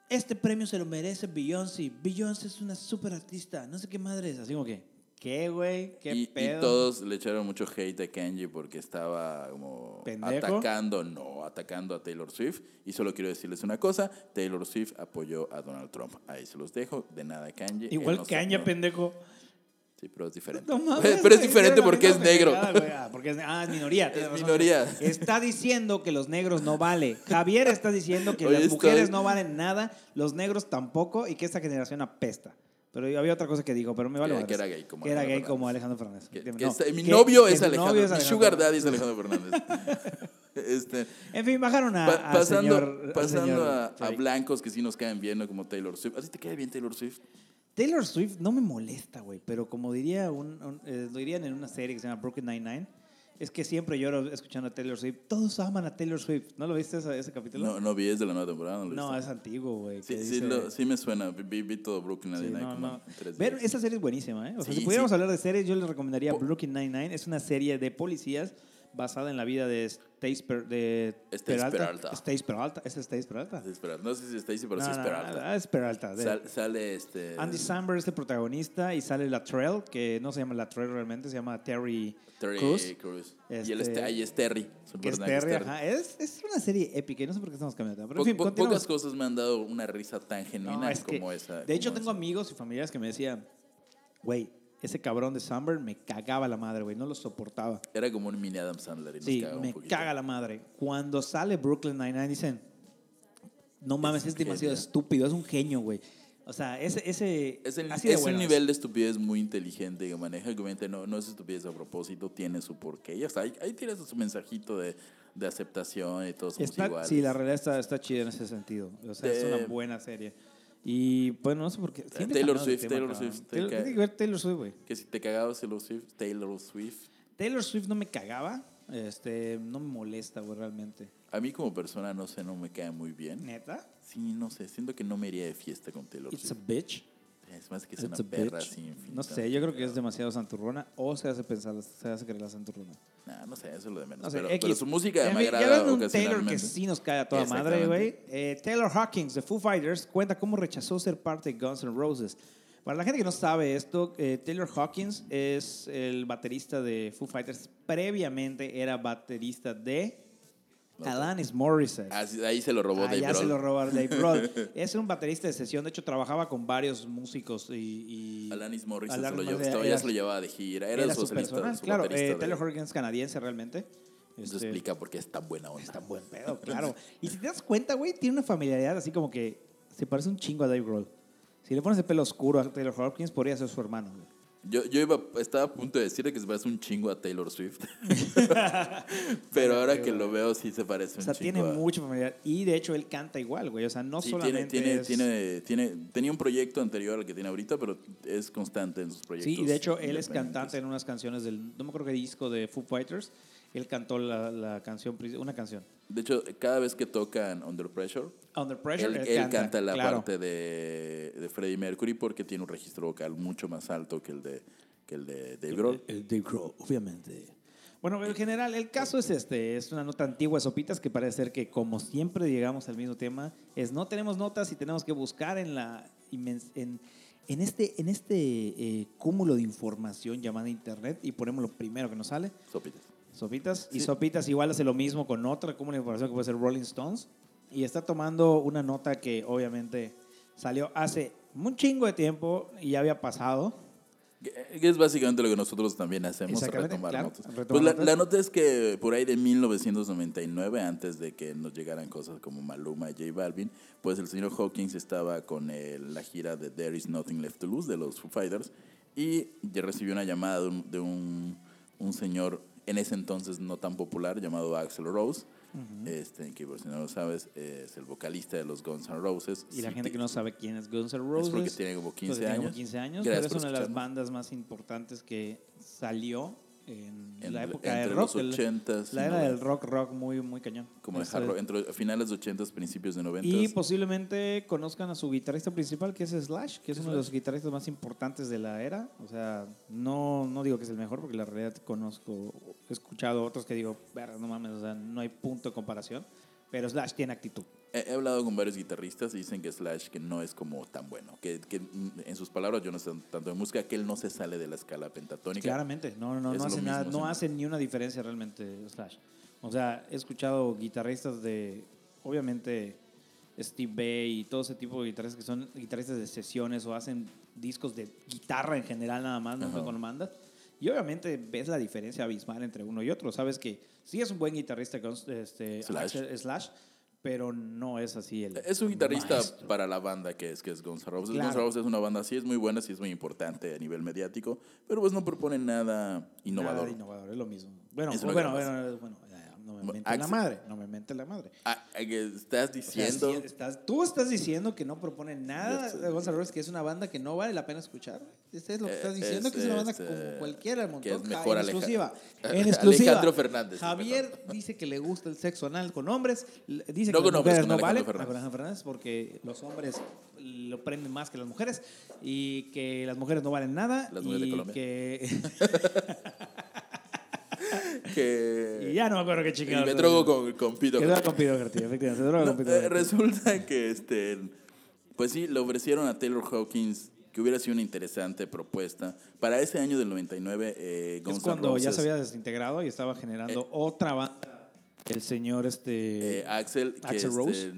Este premio se lo merece Beyoncé. Beyoncé es una super artista. No sé qué madre es. Así como que, ¿qué, güey? ¿Qué y, y pedo? todos le echaron mucho hate a Kenji porque estaba como Pendejo. atacando, no, atacando a Taylor Swift. Y solo quiero decirles una cosa, Taylor Swift apoyó a Donald Trump. Ahí se los dejo, de nada Kenji. Él Igual no que se- Aña, no- pendejo. Sí, pero es diferente. No mames, pero es güey, diferente hicieron la porque es misma negro. pendejada, güey. Ah, porque es, ah, es minoría. tienes Es razón. minoría. Está diciendo que los negros no vale. Javier está diciendo que Oye, las estoy- mujeres no valen nada, los negros tampoco y que esta generación apesta. Pero había otra cosa que dijo, pero me vale Que- que madres. era gay como Que era Alejandro gay como Fernández. Alejandro Fernández. Que- Dime, que no, está- mi que- novio que es tu Alejandro, novio es mi Alejandro sugar Fernández. daddy es Alejandro Fernández. [LAUGHS] este, En fin, bajaron a, pa- al pasando Ah, señor- al pasando señor a, a Drake. blancos que sí nos caen bien, ¿no? como Taylor Swift. ¿Así te cae bien Taylor Swift? Taylor Swift no me molesta, güey, pero como diría un, un- eh, lo dirían en una serie que se llama Brooklyn Nine-Nine, es que siempre lloro escuchando a Taylor Swift. Todos aman a Taylor Swift. ¿No lo viste ese, ese capítulo? No, no vi, es de la nueva temporada. No, lo he No, visto. es antiguo, güey. Sí, que sí, dice- lo- sí me suena. Vi, vi- vi todo Brooklyn Sí, Nine-Nine no, como no. en tres Ver, días. esa serie es buenísima, ¿eh? O sea, Sí, si pudiéramos sí. hablar de series, yo les recomendaría Po- Brooklyn Nine-Nine. Es una serie de policías basada en la vida de Stace, Per- de Stace Peralta. Stace Peralta. ¿Es Stace Peralta? Es Peralta. Ah, No sé si está ahí, pero sí No, es no, Peralta. no, es Peralta. de- Sal- sale este. Andy Samberg es el protagonista y sale Latrell, que no se llama Latrell realmente, se llama Terry, Terry Crews, Cruz. Y él está Este- ahí, es Terry. Su que es personaje es Terry, Terry. ajá. Es, es una serie épica y no sé por qué estamos cambiando. Pero Po- en fin, po- continuamos. pocas cosas me han dado una risa tan No, genuina es que- como esa. De hecho, como tengo esa. amigos y familiares que me decían, güey, ese cabrón de Samberg me cagaba la madre, güey, no lo soportaba. Era como un mini Adam Sandler. Y nos Sí, cagaba un me poquito. caga la madre. Cuando sale Brooklyn Nine-Nine dicen, No mames, un es demasiado genio. estúpido, es un genio, güey. O sea, ese... ese Es, el- así de es bueno un nivel de estupidez muy inteligente que maneja que obviamente no, no es estupidez a propósito, tiene su porqué. Ya está, ahí, ahí tiene su mensajito de, de aceptación y todos somos Está- iguales. sí, la realidad está, está chida en ese sentido. O sea, es Eh, una buena serie. Y bueno, no sé por qué. siempre Taylor cambiamos de Swift, Taylor cabrón. Swift, Taylor- que- tiene que ver Taylor Swift, güey. Que si te cagabas Taylor Swift, Taylor Swift. Taylor Swift no me cagaba. Este, no me molesta, güey, realmente. A mí como persona, no sé, no me cae muy bien. ¿Neta? Sí, no sé, siento que no me iría de fiesta con Taylor It's a Swift. bitch. Es más que es It's una a perra bitch. así infinita. No sé, yo creo que es demasiado santurrona o se hace pensar, se hace creer la santurrona. Nah, no sé, eso es lo de menos. No sé, pero, X. pero su música En me fin, ya agrada hablando de un Taylor ocasionalmente. que sí nos cae a toda madre, güey. Eh, Taylor Hawkins de Foo Fighters cuenta cómo rechazó ser parte de Guns N' Roses. Para la gente que no sabe esto, eh, Taylor Hawkins es el baterista de Foo Fighters. Previamente era baterista de Alanis Morissette. Así- ahí se lo robó Ah, Dave ya se Grohl. lo robaron Dave Grohl. [LAUGHS] es un baterista de sesión. De hecho, trabajaba con varios músicos y... y Alanis Morris Alanis se lo llevó, Morissette estaba- ya era- se lo llevaba de gira. Era, Era su su solista, personal. su Claro, eh, baterista de- Taylor Hawkins canadiense realmente. Eso Este, explica por qué es tan buena onda. Está buen pedo, claro. Y si te das cuenta, güey, tiene una familiaridad así como que se parece un chingo a Dave Grohl. Si le pones el pelo oscuro a Taylor Hawkins, podría ser su hermano, güey. Yo, yo iba, estaba a punto de decirle que se parece un chingo a Taylor [LAUGHS] Swift. Pero ahora que lo veo, sí se parece un O sea, chingo. tiene a- mucha familiaridad. Y de hecho, él canta igual, güey. O sea, no Sí, tiene, solamente. tiene, es- tiene, tiene, tenía un proyecto anterior al que tiene ahorita, pero es constante en sus proyectos. Sí, y de hecho, él es independientes. cantante en unas canciones del. No me acuerdo qué disco de Foo Fighters. Él cantó la, la canción, pri- una canción. De hecho, cada vez que tocan Under Pressure, Under Pressure. él, él canta, la claro. parte de, de Freddie Mercury porque tiene un registro vocal mucho más alto que el de, que el de Dave Grohl. Dave Grohl, obviamente. Bueno, en general, el caso es este. Es una nota antigua de Sopitas que parece ser que, como siempre, llegamos al mismo tema. Es no tenemos notas y tenemos que buscar en la inmen- en, en este, en este eh, cúmulo de información llamada Internet y ponemos lo primero que nos sale. Sopitas. Sopitas. Y Sopitas igual hace lo mismo con otra, como una información que puede ser Rolling Stones. Y está tomando una nota que obviamente salió hace un chingo de tiempo y ya había pasado. Que que es básicamente lo que nosotros también hacemos, Exactamente, retomar claro, notas. retomar Pues la, notas. la nota es que por ahí de 1999, antes de que nos llegaran cosas como Maluma y J Balvin, pues el señor Hawkins estaba con eh, la gira de There Is Nothing Left to Lose de los Foo Fighters y ya recibió una llamada de un, de un- un señor en ese entonces no tan popular llamado Axel Rose. Este, que por si no lo sabes, es el vocalista de los Guns N' Roses. Y la Si gente te- que no sabe quién es Guns N' Es Roses. porque tiene como 15 porque tiene como años. 15 años, Gracias pero es por una de las escucharnos. bandas más importantes que salió en, En- la época entre del rock. los el- 80s y la era del 90s. rock, rock muy, muy cañón. Como Este, dejarlo entre finales de 80, principios de 90. Y pues, posiblemente conozcan a su guitarrista principal, que es Slash, que es uno de Slash. los guitarristas más importantes de la era. O sea, no, no digo que es el mejor, porque la realidad conozco, he escuchado otros que digo, "Verga, no mames, o sea, no hay punto de comparación. Pero Slash tiene actitud. He, he hablado con varios guitarristas y dicen que Slash que no es como tan bueno, que, que, mm, en sus palabras yo no sé tanto de música, que él no se sale de la escala pentatónica. Claramente, no, no, Es no lo hace nada, mismo, no sí. hace ni una diferencia realmente Slash. O sea, he escuchado guitarristas de, obviamente, Steve Bay y todo ese tipo de guitarristas que son guitarristas de sesiones o hacen discos de guitarra en general nada más, no Ajá. sé con bandas. Y obviamente ves la diferencia abismal entre uno y otro. Sabes que sí es un buen guitarrista con este, Slash. Axel Slash, pero no es así el Es un guitarrista maestro. para la banda que es, que es Guns N' Roses. Claro. Guns N' Roses es una banda, sí es muy buena, sí es muy importante a nivel mediático, pero pues no propone nada Nada innovador. de innovador, es lo mismo. Bueno, Es una bueno, gran bueno, bueno, ya, ya, no me Bueno, mente la Axel- madre, no me mente la madre. Ah, ah, que estás O sea, diciendo... sí, estás- tú estás diciendo que no propone nada Yo de Guns N' Roses, que es una banda que no vale la pena escuchar. Este es lo que Eh, estás diciendo, que es este, una banda este, como cualquiera del montón. que es Ja- mejor en Aleja- [LAUGHS] exclusiva. En Alejandro exclusiva. Fernández es Javier dice que le gusta el sexo anal con hombres. le- Dice No que con las hombres, mujeres con no Alejandro valen. Fernández. Ah, con Alejandro Fernández porque los hombres lo prenden más que las mujeres y que las mujeres no valen nada Las mujeres de y Colombia. [LAUGHS] que que... [LAUGHS] y ya no me acuerdo qué Y chingados me drogo con, con Pito que droga Cortés. con pirografía, efectivamente, se droga No, con eh, pirografía. resulta que este pues sí le ofrecieron a Taylor Hawkins que hubiera sido una interesante propuesta para ese año del 99 eh, Guns N' Es cuando ya Roses, se había desintegrado y estaba generando Eh. otra banda. El señor este eh, Axel que Axl este, Rose.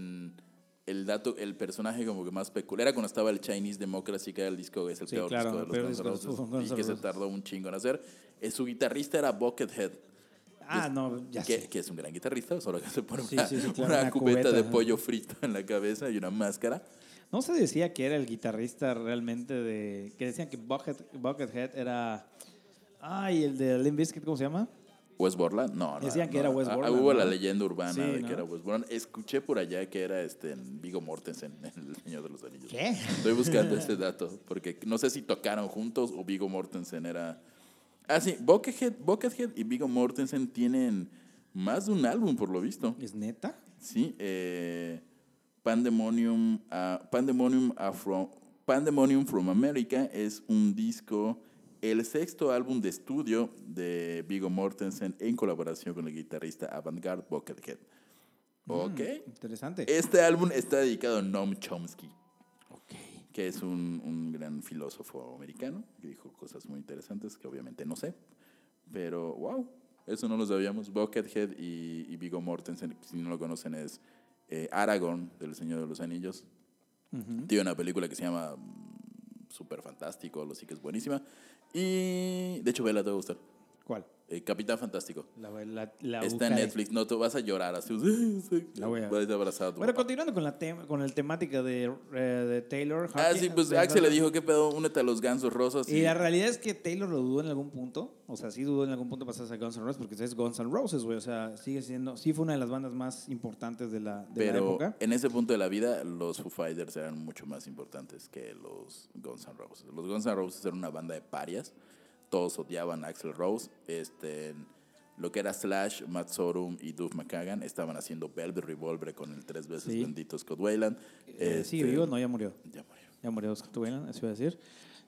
el dato el personaje como que más peculiar era cuando estaba el Chinese Democracy que era el disco es el Sí, peor claro, disco de el peor los Guns N' disco de los Roses, Guns N' y que se Roses. tardó un chingo en hacer Eh, su guitarrista era Buckethead Ah, no, ya que, sé. que es un gran guitarrista, solo que se pone Sí, una, sí, sí, claro, una una cubeta, cubeta, de ajá. pollo frito en la cabeza y una máscara. No se decía que era el guitarrista realmente de... Que decían que Bucket, Buckethead era... Ay, el de Limp Bizkit, ¿cómo se llama? Wes Borland, no, no. Decían que no. era Wes Ah, Borland, Hubo ¿no? la leyenda urbana Sí, de ¿no? que era Wes Borland. Escuché por allá que era este Vigo Mortensen, [LAUGHS] el Señor de los Anillos. ¿Qué? Estoy [LAUGHS] buscando este dato, porque no sé si tocaron juntos o Vigo Mortensen era. Ah, sí, Buckethead, Buckethead y Vigo Mortensen tienen más de un álbum, por lo visto. ¿Es neta? Sí, eh, Pandemonium, ah, Pandemonium, Afro- Pandemonium from America es un disco, el sexto álbum de estudio de Vigo Mortensen en colaboración con el guitarrista Avantgarde Buckethead. Ok. Interesante. Este álbum está dedicado a Noam Chomsky, que es un, un gran filósofo americano que dijo cosas muy interesantes que obviamente no sé, pero wow, eso no lo sabíamos. Buckethead y, y Vigo Mortensen, si no lo conocen, es eh, Aragorn del Señor de los Anillos. Tiene una película que se llama Super Fantástico, algo así que es buenísima. Y de hecho, vela, te va a gustar. ¿Cuál? Eh, Capitán Fantástico. La, la, la Está en buscaré. Netflix, no te vas a llorar así. sí, sí. La voy a ver. Vas a abrazar a tu Bueno, papá. continuando con la, tem- con la temática de, eh, de Taylor. Ah, Hawkins- sí, pues de- Axel le dijo, ¿qué pedo? Únete a los gansos rosas. Y la realidad es que Taylor lo dudó en algún punto. O sea, sí dudó en algún punto pasarse a Guns N' Roses porque es Guns N' Roses, güey. O sea, sigue siendo. Sí fue una de las bandas más importantes de la, de la pero época. en ese punto de la vida, los Foo Fighters eran mucho más importantes que los Guns N' Roses. Los Guns N' Roses eran una banda de parias. Todos odiaban a Axel Rose. Este, lo que era Slash, Matt Sorum y Duff McKagan estaban haciendo Velvet Revolver con el tres veces Sí. bendito Scott Wayland. Eh, sí, Este, vivo, no, ya murió. ya murió. Ya murió Scott Weiland, eso iba a decir.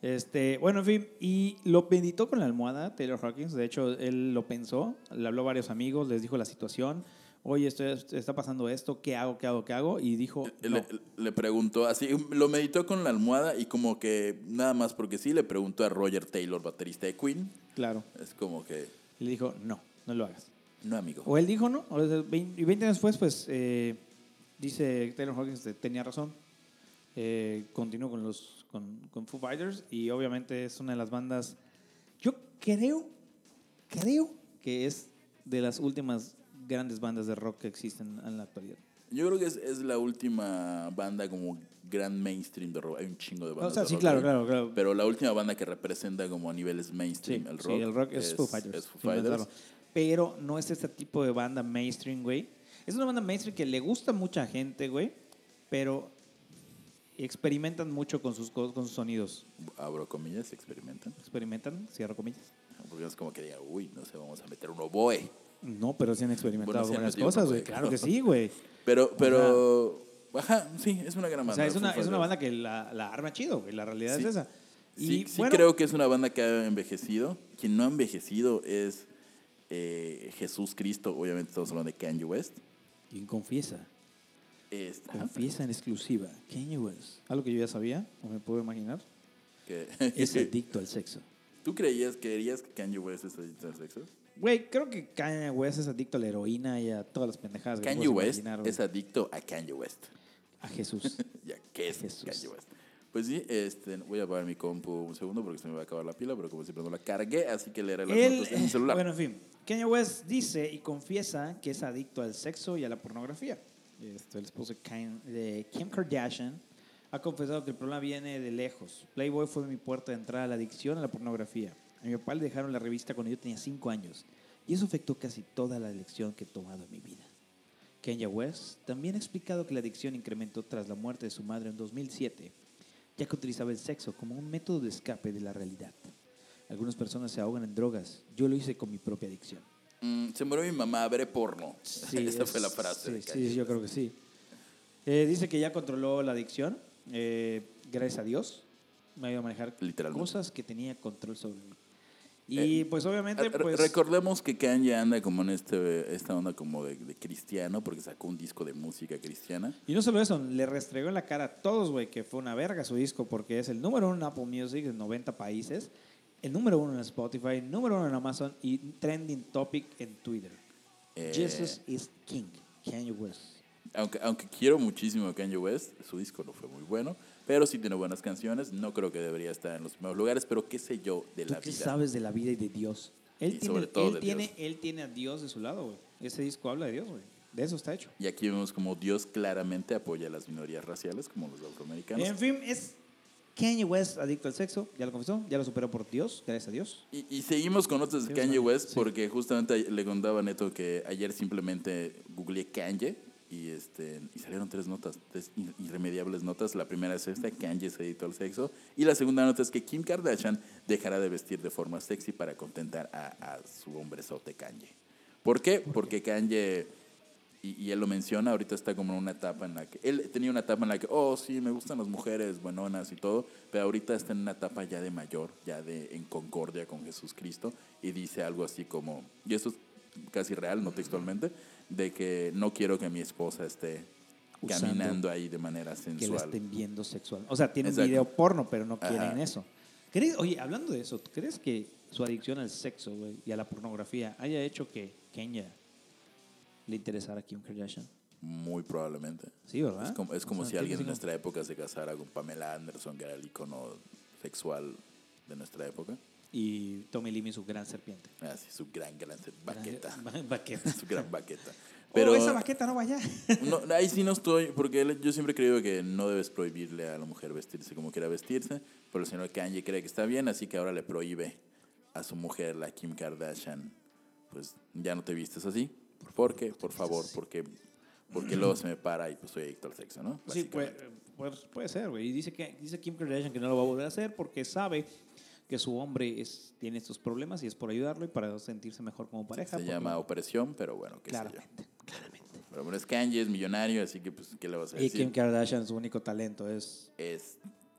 Este, bueno, en fin, y lo benditó con la almohada Taylor Hawkins. De hecho, él lo pensó, le habló a varios amigos, les dijo la situación. Oye, esto es- está pasando esto, ¿qué hago, qué hago, qué hago? Y dijo, no. Eh, Le, le preguntó así, lo meditó con la almohada y como que nada más porque sí, le preguntó a Roger Taylor, baterista de Queen. claro. Es como que, Y le dijo, no, no lo hagas. no amigo. O él dijo no, o sea, vein- y 20 años después, pues, eh, dice Taylor Hawkins, te- tenía razón. Eh, continuó con los con, con Foo Fighters y obviamente es una de las bandas, yo creo, creo que es de las últimas grandes bandas de rock que existen en la actualidad. Yo creo que es, es la última banda como gran mainstream de rock. Hay un chingo de bandas. O sea, de sí, rock claro, ahí, claro, claro. Pero la última banda que representa como a niveles mainstream Sí, el sí, rock. el rock es, Foo Fighters. es Foo sin Fighters. pensarlo. Pero no es este tipo de banda mainstream, güey. Es una banda mainstream que le gusta a mucha gente, güey, pero experimentan mucho con sus, co- con sus sonidos. Abro comillas, experimentan. ¿Experimentan? Cierro comillas. Porque es como que diga, uy, no sé, vamos a meter un oboe. No, pero sí han Bueno, experimentado sí han buenas metido cosas, un güey. poco de- Claro que [LAUGHS] sí, güey. Pero, pero. Ajá, sí, es una gran O banda. sea, es Foo una, es Fighters. una banda que la, la arma chido, güey. La realidad Sí. es esa. Y Sí, sí bueno, creo que es una banda que ha envejecido. Quien no ha envejecido es eh, Jesús Cristo. Obviamente estamos hablando de Kanye West. quien confiesa, Este, ajá, confiesa en exclusiva, Kanye West, algo que yo ya sabía o me puedo imaginar, que- es adicto al sexo. ¿Tú creías, creerías que Kanye West es adicto al sexo? Güey, creo que Kanye West es adicto a la heroína y a todas las pendejadas que Kanye puedes West Pues imaginar, güey. es adicto a Kanye West. a Jesús. Ya, ¿qué es Jesús. Kanye West? Pues sí, este, voy a apagar mi compu un segundo porque se me va a acabar la pila, pero como siempre no la cargué, así que leeré las Él, [LAUGHS] notas en mi celular. Bueno, en fin. Kanye West dice y confiesa que es adicto al sexo y a la pornografía. Este, el esposo de Kim- de Kim Kardashian ha confesado que el problema viene de lejos. Playboy fue mi puerta de entrada a la adicción a la pornografía. A mi papá le dejaron la revista cuando yo tenía 5 años. Y eso afectó casi toda la elección que he tomado en mi vida. Kanye West también ha explicado que la adicción incrementó tras la muerte de su madre en 2007, ya que utilizaba el sexo como un método de escape de la realidad. Algunas personas se ahogan en drogas. Yo lo hice con mi propia adicción. Mm, se murió mi mamá, veré porno. [LAUGHS] Esa fue la frase de Sí, Kanye sí, yo creo que sí. Eh, dice que ya controló la adicción. eh, gracias a Dios. Me ha ido a manejar Literalmente. Eh, cosas que tenía control sobre mí. Y pues obviamente, Re- pues... Recordemos que Kanye anda como en este, esta onda como de, de cristiano, porque sacó un disco de música cristiana. Y no solo eso, le restregó en la cara a todos, güey, que fue una verga su disco, porque es el número uno en Apple Music en 90 países, el número uno en Spotify, el número uno en Amazon y trending topic en Twitter. Eh, Jesus is King, Kanye West. Aunque, aunque quiero muchísimo a Kanye West, su disco no fue muy bueno, pero sí tiene buenas canciones. No creo que debería estar en los primeros lugares, pero qué sé yo de ¿Tú la qué vida. sabes de la vida y de Dios? Él, y tiene, sobre todo él de tiene, Dios. él tiene a Dios de su lado, güey. Ese disco habla de Dios, güey. De eso está hecho. Y aquí vemos como Dios claramente apoya a las minorías raciales, como los afroamericanos. En fin, es Kanye West adicto al sexo, ya lo confesó, ya lo superó por Dios, gracias a Dios. Y, y seguimos con otros de Sí, Kanye está bien, West porque justamente a- le contaba a Neto que ayer simplemente googleé Kanye y, este, y salieron tres notas, tres in- irremediables notas. La primera es esta, Kanye se dedicó al sexo. Y la segunda nota es que Kim Kardashian dejará de vestir de forma sexy para contentar a, a su hombrezote Kanye. ¿Por qué? Porque Kanye, y, y él lo menciona, ahorita está como en una etapa en la que, él tenía una etapa en la que, oh, sí, me gustan las mujeres buenonas y todo, pero ahorita está en una etapa ya de mayor, ya de en concordia con Jesucristo y dice algo así como, y esto es casi real, no textualmente, de que no quiero que mi esposa esté Usando. caminando ahí de manera que la sensual. estén viendo sexual. O sea, tienen Exacto. video porno, pero no quieren Ajá. eso. ¿Crees, oye, hablando de eso, ¿tú ¿crees que su adicción al sexo güey, y a la pornografía haya hecho que Kenya le interesara a Kim Kardashian? Muy probablemente. Sí, ¿Ah? ¿verdad? Es como, es O como sea, si alguien sí, en sí, nuestra época se casara con Pamela Anderson, que era el icono sexual de nuestra época. Y Tommy Lee su gran serpiente. Así, su gran, gran se- baqueta. Gran- [LAUGHS] Baqueta. [LAUGHS] su gran baqueta. Pero Pero Oh, esa baqueta no vaya. [LAUGHS] no, ahí sí no estoy, porque él- yo siempre he creído que no debes prohibirle a la mujer vestirse como quiera vestirse, pero el señor Kanye cree que está bien, así que ahora le prohíbe a su mujer, la Kim Kardashian, pues ya no te vistes así. ¿Por qué? Por favor, porque, porque luego se me para y pues soy adicto al sexo, ¿no? Sí, pues, puede, Básicamente. puede, puede ser, güey. Y dice, que, dice Kim Kardashian que no lo va a volver a hacer porque sabe que su hombre es, tiene estos problemas y es por ayudarlo y para sentirse mejor como pareja. Se porque- llama opresión, pero bueno, qué sé yo. Claramente, claramente. Pero bueno, es Kanye, es millonario, así que pues, ¿qué le vas a Y decir? Kim Kardashian, su único talento es es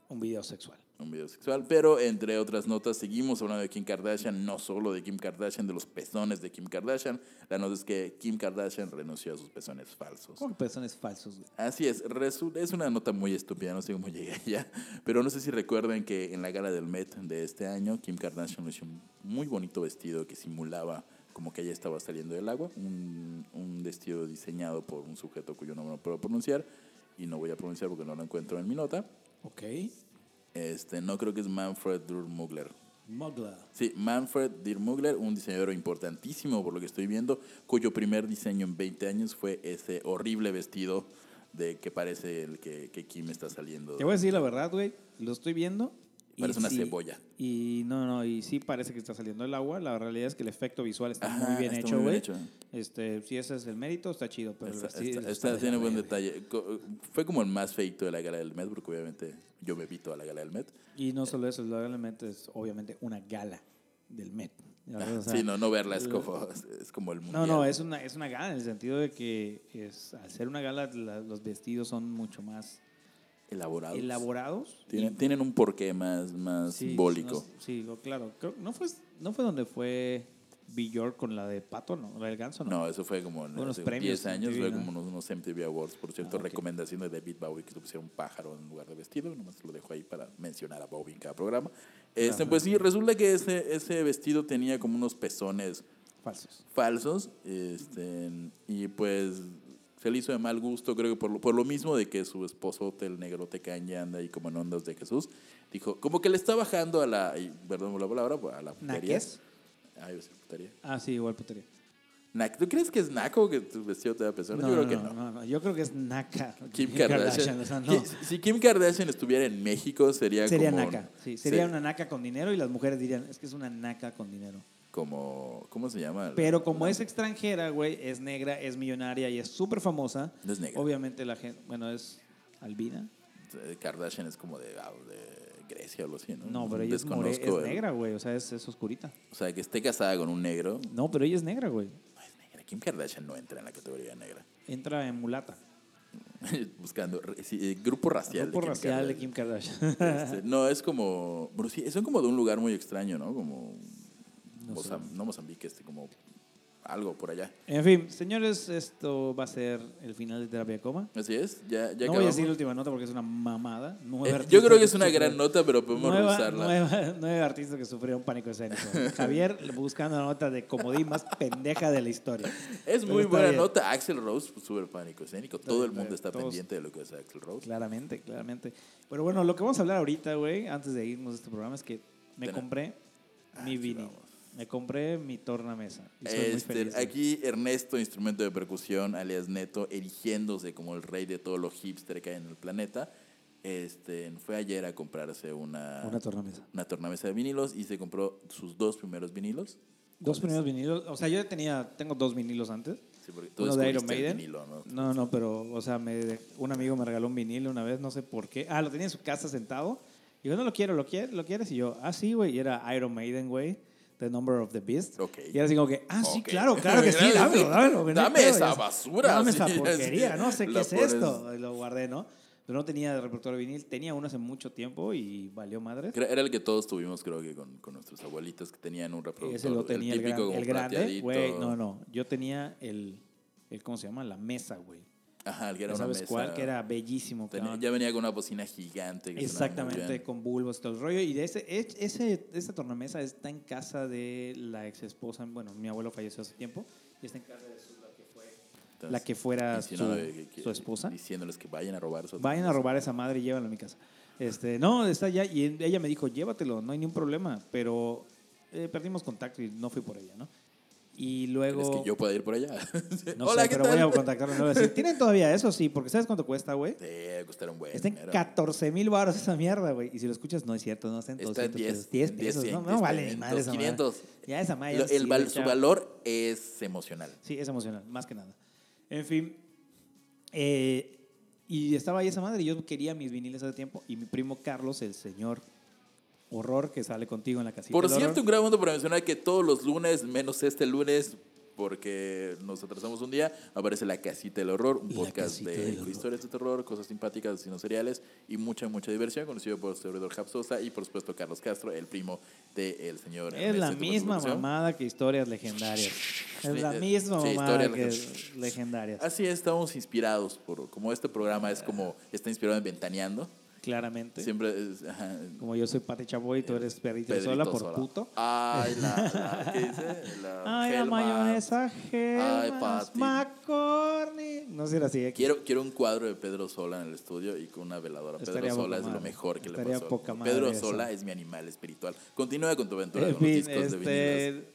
un video sexual. un video sexual. Pero entre otras notas, seguimos hablando de Kim Kardashian, no solo de Kim Kardashian, de los pezones de Kim Kardashian. La nota es que Kim Kardashian renunció a sus pezones falsos. Oh. Con personas falsos, güey. Así es, resu- es una nota muy estúpida, no sé cómo [LAUGHS] llegué allá, pero no sé si recuerden que en la gala del Met de este año, Kim Kardashian lució un muy bonito vestido que simulaba como que ella estaba saliendo del agua, un, un vestido diseñado por un sujeto cuyo nombre no puedo pronunciar y no voy a pronunciar porque no lo encuentro en mi nota. Ok. Este, no creo que es Manfred Durmugler. Mugla. Sí, Manfred Durmugler, un diseñador importantísimo por lo que estoy viendo, cuyo primer diseño en 20 años fue ese horrible vestido de que parece el que, que Kim está saliendo. Te voy a decir la verdad, güey. Lo estoy viendo. y Parece una sí- cebolla. Y no, no, y sí parece que está saliendo el agua. La realidad es que el efecto visual está Ajá, muy bien Ah, está hecho, muy güey. bien hecho. Este, si ese es el mérito, está chido. Pero el Está- vestido- está- está- tiene buen detalle. Co- Fue como el más feito de la gala del Met, porque obviamente yo me pito a la gala del Met. Y no solo eso, el Met es obviamente una gala del Met. O sea, Ah, sí, no, no verla es como, es como el No, mundial. no, es una, es una gala en el sentido de que es, al ser una gala la- los vestidos son mucho más Elaborado. elaborados. Tienen, tienen un porqué más, más Sí, simbólico. no- sí, o- claro. Creo- no, fue, no fue donde fue Billor con la de Pato, ¿no? La del ganso, ¿no? No, eso fue como en Unos hace premios 10 años, MTV, fue ¿no? como unos, unos MTV Awards. Por cierto, Ah, ok. recomendación de David Bowie que se pusiera un pájaro en lugar de vestido. Nomás lo dejo ahí para mencionar a Bowie en cada programa. Este, pues sí, resulta que ese, ese vestido tenía como unos pezones Falsos. falsos este, y pues se le hizo de mal gusto, creo que por lo, por lo mismo de que su esposo, el negrote caña, anda ahí como en ondas de Jesús, dijo, como que le está bajando a la, y perdón por la palabra, a la putería. ¿Naques? Ay, iba a decir putería. Ah, sí, igual putería. Nac- ¿Tú crees que es naco que tu vestido te da pezones? No, Yo creo no, que no, no. no, no, Yo creo que es naca. [LAUGHS] Kim Kardashian. o sea, no. Ki- Si Kim Kardashian estuviera en México, sería, Sería como. naca. Sí, sería se- una naca con dinero y las mujeres dirían, es que es una naca con dinero. Como, ¿Cómo se llama? Pero como es extranjera, güey, es negra, es millonaria y es súper famosa. No es negra. Obviamente la gente, bueno, es albina. Eh, Kardashian es como de, ah, de Grecia o algo así, ¿no? No, pero ella es, more- es Desconozco eh. el- negra, güey, o sea, es, es oscurita. O sea, que esté casada con un negro. No, pero ella es negra, güey. No es negra. Kim Kardashian no entra en la categoría negra. [LAUGHS] Entra en mulata. Buscando. re- sí, eh, grupo racial. Grupo de Kim racial de Kardashian. Kim Kardashian. [LAUGHS] Este, no, es como. bueno, sí, son como de un lugar muy extraño, ¿no? Como. Mozam- no Mozambique, este, como. Algo por allá. en fin, señores, esto va a ser el final de Terapia de Coma. Así es, ya, ya no voy a acabamos. decir la última nota porque es una mamada. Nueve Eh, artistas yo creo que es que una gran sufren- nota, pero podemos Nueva- rehusarla. nueva- [LAUGHS] nueve artistas que sufrieron [LAUGHS] pánico escénico. Javier buscando la nota de comodín más pendeja de la historia. Es Pero muy está buena bien. nota. Axel Rose, pues, súper pánico escénico. Todo el bien, está mundo bien. está Todos- pendiente de lo que hace Axel Rose. Claramente, claramente. Pero bueno, lo que vamos a hablar ahorita, güey, antes de irnos de este programa, es que me Tena- compré mi Aquí vinil. Ah, vamos. Me compré mi tornamesa. Y soy muy Este, feliz. aquí Ernesto, instrumento de percusión, alias Neto, erigiéndose como el rey de todos los hipster que hay en el planeta. Este, fue ayer a comprarse una, Una tornamesa. una tornamesa de vinilos y se compró sus dos primeros vinilos. Dos primeros vinilos. O sea, yo tenía, tengo dos vinilos antes. Sí, porque tú Uno de Iron descubriste el Maiden. vinilo, ¿no? No, no, pero, o sea, me- un amigo me regaló un vinilo una vez, no sé por qué. Ah, lo tenía en su casa sentado. Y yo, no lo quiero, ¿lo quieres? ¿Lo quieres? Y yo, ah, sí, güey. Y era Iron Maiden, güey. The Number of the Beast. Ok. Y era así como que, ah, sí, Ok. claro, [LAUGHS] claro que sí, dámelo, dámelo. que no hay Dame pedo, esa ya sé. basura, [LAUGHS] Dame sí, esa así, porquería, no sé qué la es pones- esto. Y lo guardé, ¿no? Pero no tenía repertorio vinil. Tenía uno hace mucho tiempo y valió madres. Era era el que todos tuvimos, creo que con, con nuestros abuelitos que tenían un reproductor. Ese lo tenía el, gran- típico como el grande. plateadito. Güey, no, no. Yo tenía el, el, ¿cómo se llama? La mesa, güey. Ajá, el que era ¿Ya una ¿Sabes mesa. cuál? Que era bellísimo. tenía- cabrón. ya venía con una bocina gigante. que sonaba muy Exactamente, bien. con bulbos, todo el rollo. Y de ese, e- ese, esa tornamesa está en casa de la ex esposa. Bueno, mi abuelo falleció hace tiempo. Y está en casa de su, la que fue. Entonces, la que fuera y si su, no, eh, que- su esposa. Diciéndoles que vayan a robar su Vayan a robar a esa madre y llévanla a mi casa. Este, no, está allá. Y en- ella me dijo, llévatelo, no hay ningún problema. Pero eh, perdimos contacto y no fui por ella, ¿no? Y luego. ¿Crees que yo pueda ir por allá? [LAUGHS] No sé, pero voy a contactarlo. y le voy a decir, ¿Tienen todavía eso? Sí, porque ¿sabes cuánto cuesta, güey? Te costaron pues, buen Está en dinero. 14 mil baros esa mierda, güey. Y si lo escuchas, no es cierto, no está en Está en 200 10. pesos. 10 en pesos, 100, no, no 10, vale ni 500, madre esa madre. 500. Ya esa madre. ya Lo- el sí, val- güey, su chao. valor es emocional. Sí, es emocional, más que nada. En fin. eh, y estaba ahí esa madre y yo quería mis viniles hace tiempo. Y mi primo Carlos, el señor horror que sale contigo en la casita. Por del horror. cierto, un gran momento para mencionar que todos los lunes, menos este lunes, porque nos atrasamos un día, aparece La Casita del Horror, un La podcast Casita de del Horror. historias de terror, cosas simpáticas, asesinos seriales y mucha, mucha diversión, conocido por su servidor Japsosa y por supuesto Carlos Castro, el primo del señor. Es Ernesto la Tumas misma Producción. mamada que historias legendarias. Es la eh, misma sí, mamada historias que legendarias. Ah, legendarias. Así es, estamos inspirados por, como este programa es como, está inspirado en Ventaneando, Claramente. siempre es, ajá, Como yo soy Pati Chaboy y tú eres perrito Pedrito sola por Sola. puto. Ay, la, la- ¿qué dice? [LAUGHS] La Ay, la Hellman. mayonesa Pati. Hellmann's McCorney. No será así. ¿eh? Quiero, quiero un cuadro de Pedro Sola en el estudio y con una veladora. Estaría Pedro Sola poca es lo madre. mejor que le Estaría pasó. poca madre Pedro eso. Este, Sola es mi animal espiritual. Continúa con tu [LAUGHS] aventura En con los fin, discos de vinilos. Eh, este,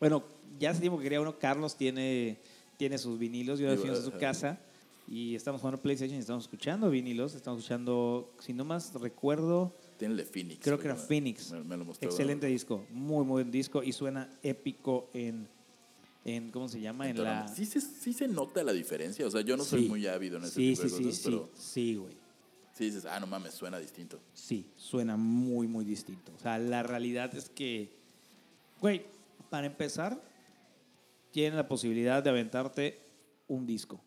bueno, ya hace tiempo que quería uno. Carlos tiene, tiene sus vinilos. Yo Sí, los fui a su ajá. casa y estamos jugando PlayStation y estamos escuchando vinilos. Estamos escuchando, si no más recuerdo, Tiene el de Phoenix. creo que oye, era me- Phoenix. Me, me lo mostró. Excelente disco, muy, muy buen disco y suena épico en, en ¿cómo se llama? En la... Entonces, Sí, se, sí se nota la diferencia. O sea, yo no soy Sí. muy ávido en ese sí, tipo de sí, cosas, sí, pero sí, sí, güey. sí dices, ah, no mames, suena distinto. Sí, suena muy, muy distinto. O sea, la realidad es que, güey, para empezar, tienes la posibilidad de aventarte un disco.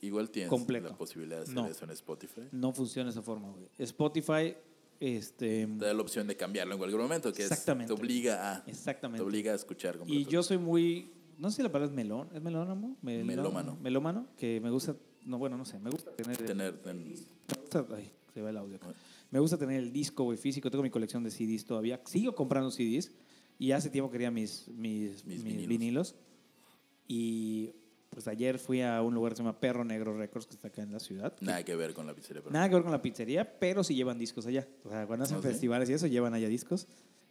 Igual tienes Completo. la posibilidad de hacer No. eso en Spotify. No funciona de esa forma, güey. Spotify, este... Te da la opción de cambiarlo en cualquier momento, que es- Exactamente. te obliga a... Te Exactamente. obliga a escuchar. Y completo. yo soy muy, no sé si la palabra es melón, ¿es melónamo? Melón- Melómano. Melómano, que me gusta, no, bueno, no sé, me gusta tener... Tener, ten- me gusta- ay, se va el audio acá. Me gusta tener el disco, güey, físico, tengo mi colección de CDs todavía, sigo comprando CDs y hace tiempo quería mis, mis, mis Mis vinilos. vinilos. Y pues ayer fui a un lugar que se llama Perro Negro Records, que está acá en la ciudad. que nada que ver con la pizzería. pero- Nada que ver con la pizzería, pero sí llevan discos allá. O sea, cuando hacen ¿Ah, sí? festivales y eso, llevan allá discos.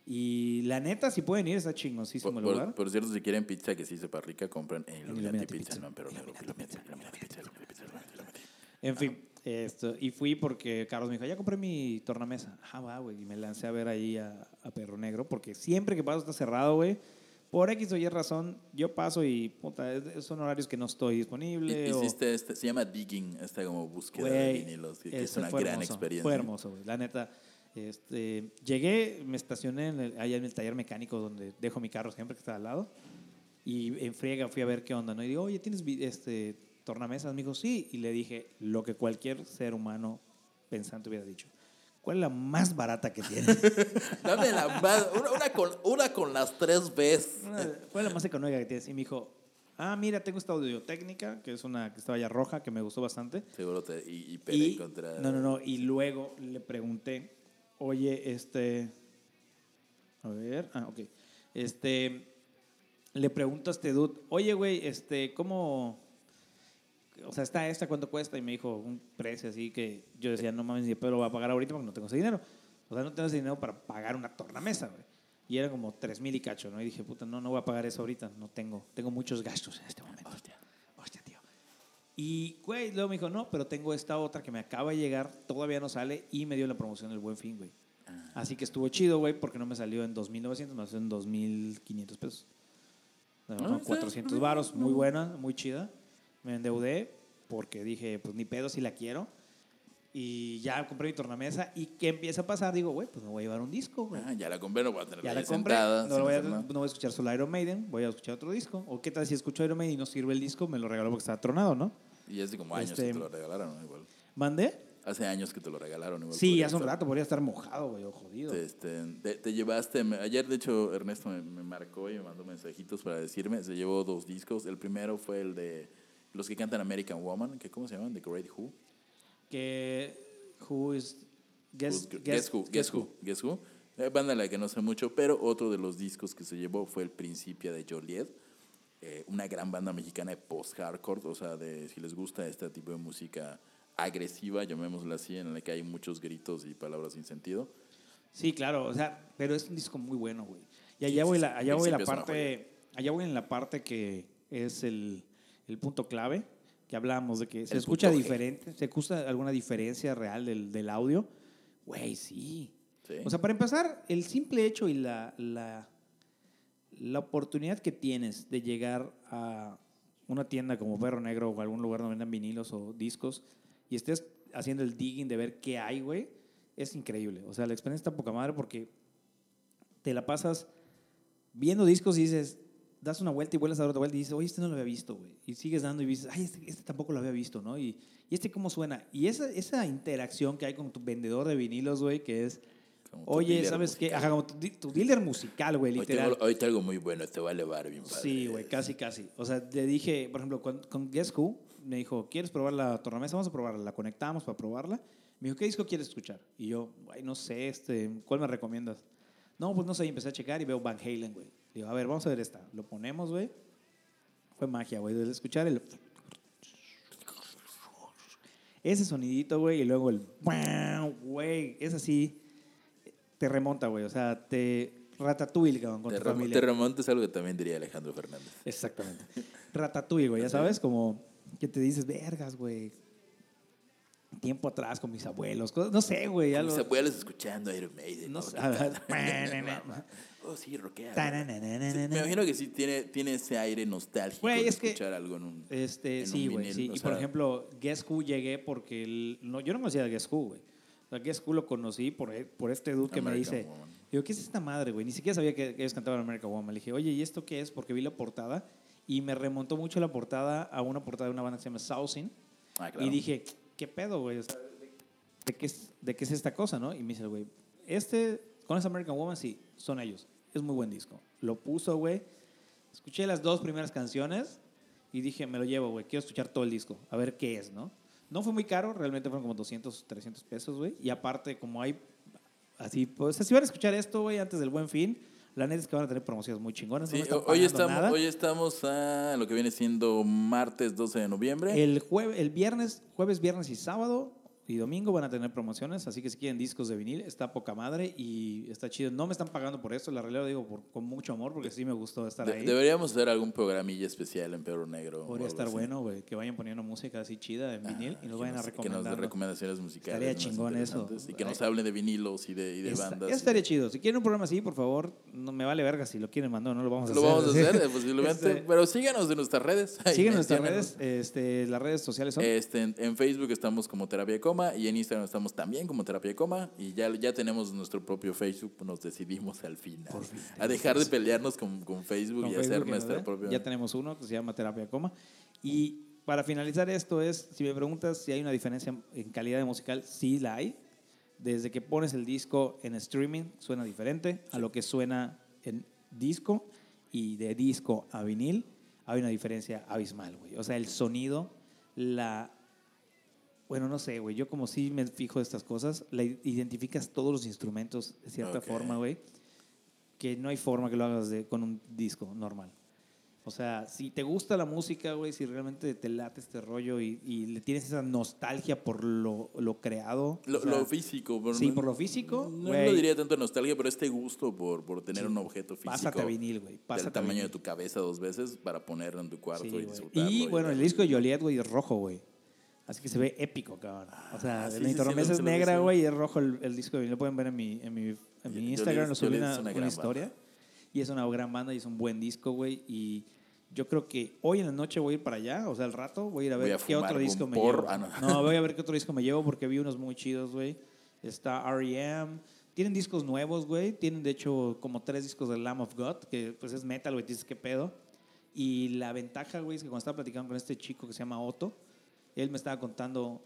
Y la neta, si pueden ir, está Por, chingosísimo el por- lugar. por cierto, si quieren pizza que sí sepa rica, compren en Illuminati Illuminati Pizza. Pizza. No, pero luego Illuminati, Illuminati Pizza, Illuminati Pizza, Illuminati, Illuminati. En fin, esto, y fui porque Carlos me dijo, ya compré mi tornamesa. Ah, va, güey. Y me lancé a ver ahí a, a Perro Negro, porque siempre que paso está cerrado, güey. Por X o Y razón, yo paso y puta, es- son horarios que no estoy disponible. Hi- o- Hiciste este, se llama digging, esta como búsqueda de Güey, vinilos, que, que es ese una fue gran hermoso, experiencia. Fue hermoso, güey, la neta. Este, llegué, me estacioné en el- allá en el taller mecánico donde dejo mi carro siempre que está al lado. Y en friega fui a ver qué onda, ¿no? Y digo, oye, ¿tienes vi- este, tornamesas? Me dijo, sí. Y le dije lo que cualquier ser humano pensante hubiera dicho. ¿Cuál es la más barata que tienes? [LAUGHS] [LAUGHS] Dame la más- una, una con, una con las tres Bs. ¿Cuál es la más económica que tienes? Y me dijo, ah, mira, tengo esta audiotécnica, que es una que estaba ya roja, que me gustó bastante. Seguro te. Y, y peleé Y, contra. no, no, no. Y luego le pregunté, oye, este. A ver, ah, ok. Este. Le pregunto a este dude, oye, güey, este, ¿cómo.? O sea, está esta, ¿cuánto cuesta? Y me dijo un precio así que yo decía, no mames, ni de pedo lo voy a pagar ahorita porque no tengo ese dinero. O sea, no tengo ese dinero para pagar una tornamesa, güey. Y Y era como 3 mil y cacho, ¿no? Y dije, puta, no, no voy a pagar eso ahorita, no tengo, tengo muchos gastos en este momento. Hostia, hostia, tío. Y, güey, luego me dijo, no, pero tengo esta otra que me acaba de llegar, todavía no sale, y me dio la promoción del buen fin, güey. Ah. Así que estuvo chido, güey, porque no me salió en 2.900, me salió en 2.500 pesos. Me bajó Ah, está 400 varos, muy buena, muy chida. Me endeudé porque dije, pues ni pedo si la quiero. Y ya compré mi tornamesa. ¿Y qué empieza a pasar? Digo, güey, pues me voy a llevar un disco, güey. Ah, ya la compré, no voy a tenerla Ya ahí la compré, sentada. no, sin lo voy a, hacer nada. no voy a escuchar solo Iron Maiden, voy a escuchar otro disco. O qué tal si escucho Iron Maiden y no sirve el disco, me lo regaló porque estaba tronado, ¿no? Y hace como años Este- que te lo regalaron, ¿no? igual. ¿Mandé? Hace años que te lo regalaron, igual. Sí, podría hace un ser. rato, podría estar mojado, güey, o jodido. Te, este, te- te llevaste, me- ayer de hecho Ernesto me, me marcó y me mandó mensajitos para decirme, se llevó dos discos, el primero fue el de los que cantan American Woman, que ¿cómo se llaman? The Great Who. Que. Who is. Guess, Guess Who, Guess Who, Guess Who. Eh, banda a la que no sé mucho, pero otro de los discos que se llevó fue El Principia de Joliet, eh, una gran banda mexicana de post-hardcore, o sea, de si les gusta este tipo de música agresiva, llamémosla así, en la que hay muchos gritos y palabras sin sentido. Sí, claro, o sea, pero es un disco muy bueno, güey. Y allá voy, la, allá voy la Principio es una parte, allá voy en la parte que es el, el punto clave que hablábamos de que se El escucha punto G. diferente, se escucha alguna diferencia real del, del audio. Güey, sí. ¿sí? O sea, para empezar, el simple hecho y la, la, la oportunidad que tienes de llegar a una tienda como Perro Negro o algún lugar donde vendan vinilos o discos y estés haciendo el digging de ver qué hay, güey, es increíble. O sea, la experiencia está poca madre porque te la pasas viendo discos y dices, das una vuelta y vuelves a dar otra vuelta y dices, oye, este no lo había visto, güey. Y sigues dando y dices, ay, este, este tampoco lo había visto, ¿no? Y, y este cómo suena. Y esa, esa interacción que hay con tu vendedor de vinilos, güey, que es, Como tu oye, dealer ¿sabes qué? musical. Ajá, como tu, di- tu dealer musical, güey, Hoy literal. tengo, hoy tengo muy bueno, te va a elevar bien padre. Sí, güey, casi, casi. O sea, le dije, por ejemplo, con, con Guess Who, me dijo, ¿quieres probar la tornamesa? Vamos a probarla. La conectamos para probarla. Me dijo, ¿qué disco quieres escuchar? Y yo, ay, no sé, este, ¿cuál me recomiendas? No, pues no sé, y empecé a checar y veo Van Halen, güey. Le Digo, a ver, vamos a ver esta. Lo ponemos, güey. Fue magia, güey, desde escuchar el... Ese sonidito, güey, y luego el... Güey, es así, te remonta, güey. O sea, te... Ratatouille, cabrón, con Te, tu remo- familia. te remontas a algo que también diría Alejandro Fernández. Exactamente. [LAUGHS] Ratatouille, güey, ya sabes, como que te dices, vergas, güey. Tiempo atrás con mis abuelos, cosas- no sé, güey. Mis algo- abuelos escuchando Iron Maiden. No ¿no? sé. ¿Qué [LAUGHS] tal? oh, [LAUGHS] sí, rockea. Sí, me imagino que sí tiene, tiene ese aire nostálgico Güey, de es que- escuchar algo en un... en Este, un sí, güey, vinil, sí. o Y sea- por ejemplo, Guess Who llegué porque el- no, yo no conocía a Guess Who, güey. O sea, Guess Who lo conocí por, e- por este dude que me American dice, Woman. digo, ¿qué es esta madre, güey? Ni siquiera sabía que, que ellos cantaban America Woman. Le dije, oye, ¿y esto qué es? Porque vi la portada y me remontó mucho la portada a una portada de una banda que se llama Sousing. Ah, claro. Y dije, ¿qué pedo, güey? O sea, ¿de qué, es, ¿De qué es esta cosa, no? Y me dice el güey, este, con esa American Woman, sí, son ellos. Es muy buen disco. Lo puso, güey. Escuché las dos primeras canciones y dije, me lo llevo, güey. Quiero escuchar todo el disco, a ver qué es, ¿no? No fue muy caro, realmente fueron como 200, 300 pesos, güey. Y aparte, como hay así, pues, si van a escuchar esto, güey, antes del buen fin, la neta es que van a tener promociones muy chingonas. Sí, no me están hoy, pagando estamos, nada. hoy estamos a lo que viene siendo martes 12 de noviembre. El, jue- el viernes, jueves, viernes y sábado y domingo van a tener promociones, así que si quieren discos de vinil, está poca madre y está chido. No me están pagando por esto, la realidad lo digo por- con mucho amor porque sí me gustó estar De- ahí. deberíamos hacer algún programilla especial en Perro Negro. o algo Podría estar así. Ah, bueno, güey, que vayan poniendo música así chida en vinil y nos Que vayan a nos- Que nos recomendar. dé recomendaciones musicales. Estaría más chingón eso. Eh, interesantes Y que nos hablen de vinilos y de, y de bandas. y estaría chido. Si quieren un programa así, por favor, no me vale verga si lo quieren mandar, no lo vamos a Lo hacer. vamos a [LAUGHS] hacer, eh, posiblemente. Este- [LAUGHS] Pero síganos en nuestras [LAUGHS] redes. Ahí, Siguen nuestras menciónenos. redes, este, las redes sociales son Este, en, en Facebook estamos como Terapia de Coma y en Instagram estamos también como Terapia de Coma y ya, ya tenemos nuestro propio Facebook, pues nos decidimos al final a dejar de pelearnos con, con Facebook con y Facebook hacer que nos nuestra den. propia... Ya tenemos uno que se llama Terapia Coma. Y para finalizar esto es, si me preguntas si hay una diferencia en calidad de musical, sí la hay. Desde que pones el disco en streaming suena diferente a lo que suena en disco y de disco a vinil hay una diferencia abismal, güey. O sea, el sonido, la bueno, no sé, güey. Yo como sí me fijo de estas cosas, la i- identificas todos los instrumentos de cierta Ok. forma, güey. Que no hay forma que lo hagas de- con un disco normal. O sea, si te gusta la música, güey, si realmente te late este rollo y, y le tienes esa nostalgia por lo, lo creado. Lo, o sea, lo físico, por Sí, no- por lo físico. No güey, lo diría tanto nostalgia, pero este gusto por, por tener un objeto físico. Pásate a vinil, güey. del Pásate a tamaño de vinil. tu cabeza dos veces para ponerlo en tu cuarto Sí, y güey. disfrutarlo. Y bueno, el verlo. disco de Joliet, güey, es rojo, güey. Así que se ve épico, cabrón. O sea, Ah, sí, la sí, intermesa sí, lo- es sí lo vi, negra, sí. güey, y es rojo el, el disco de vinil. Lo pueden ver en mi, en mi, en mi Joliet- Instagram, lo subí Joliet una, es una una gran historia. banda. Y es una gran banda y es un buen disco, güey. Y yo creo que hoy en la noche voy a ir para allá, o sea, al rato voy a ir a Voy ver a qué fumar otro un disco me porro. llevo. Ah, no. No, voy a [LAUGHS] ver qué otro disco me llevo porque vi unos muy chidos, güey. Está R.E.M. Tienen discos nuevos, güey. Tienen, de hecho, como tres discos de Lamb of God, que pues es metal, güey. Dices, qué pedo. Y la ventaja, güey, es que cuando estaba platicando con este chico que se llama Otto, él me estaba contando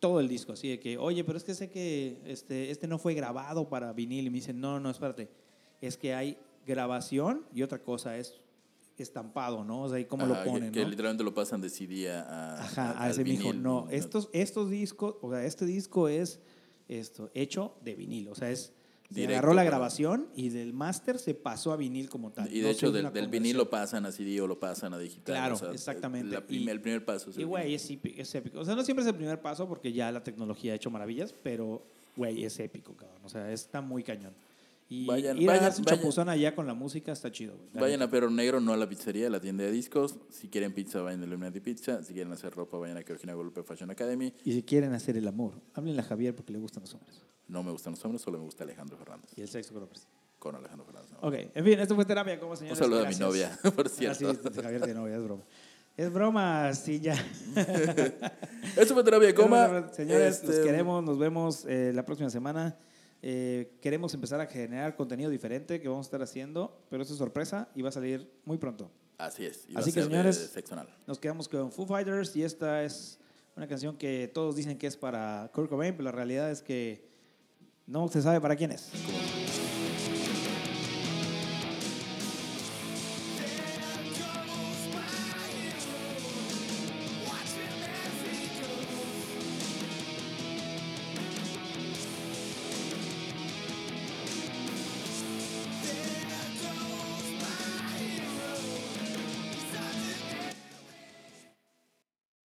todo el disco, así de que, oye, pero es que sé que este, este no fue grabado para vinil. Y me dicen, no, no, espérate. Es que hay grabación y otra cosa es estampado, ¿no? O sea, y cómo Ajá, lo que- ponen, Ah, que, ¿no? literalmente lo pasan de CD a, a- Ajá, a al ese me dijo, vinil, no, estos, estos discos, o sea, este disco es esto, hecho de vinil, o sea, es... se Directo, agarró la pero- grabación y del máster se pasó a vinil como tal. Y de no se hecho, hizo del, una del conversión. vinil lo pasan a CD o lo pasan a digital. Claro, o sea, eh, exactamente. la prim- Y- el primer paso. Pues es Y el güey, vinil. es épico, es épico. O sea, no siempre es el primer paso porque ya la tecnología ha hecho maravillas, pero güey, es épico, cabrón. O sea, está muy cañón. Y Vayan- ir a vayan- darse un vayan. chapuzón allá con la música está chido, güey. La Vayan neta. a Perro Negro, no a la pizzería, a la tienda de discos. Si quieren pizza, vayan a Illuminati Pizza. Si quieren hacer ropa, vayan a Georgina Golpe Fashion Academy. Y si quieren hacer el amor, háblenle a Javier porque le gustan los hombres. No me gustan los hombres, solo me gusta Alejandro Fernández. Y el sexo con hombres. Con Alejandro Fernández. ¿no? Ok, en fin, esto fue terapia, como señores. Un saludo Gracias. a mi novia, [LAUGHS] por Ah, sí, cierto. Javier tiene novia, es broma. Es broma, sí, ya. Eso fue terapia de coma. Señores, Este, los queremos, nos vemos eh, la próxima semana. Eh, queremos empezar a generar contenido diferente que vamos a estar haciendo, pero eso es sorpresa y va a salir muy pronto. Así es. y va Así a que, ser de señores, sexo anal. Nos quedamos con Foo Fighters y esta es una canción que todos dicen que es para Kurt Cobain, pero la realidad es que no se sabe para quién es. Como-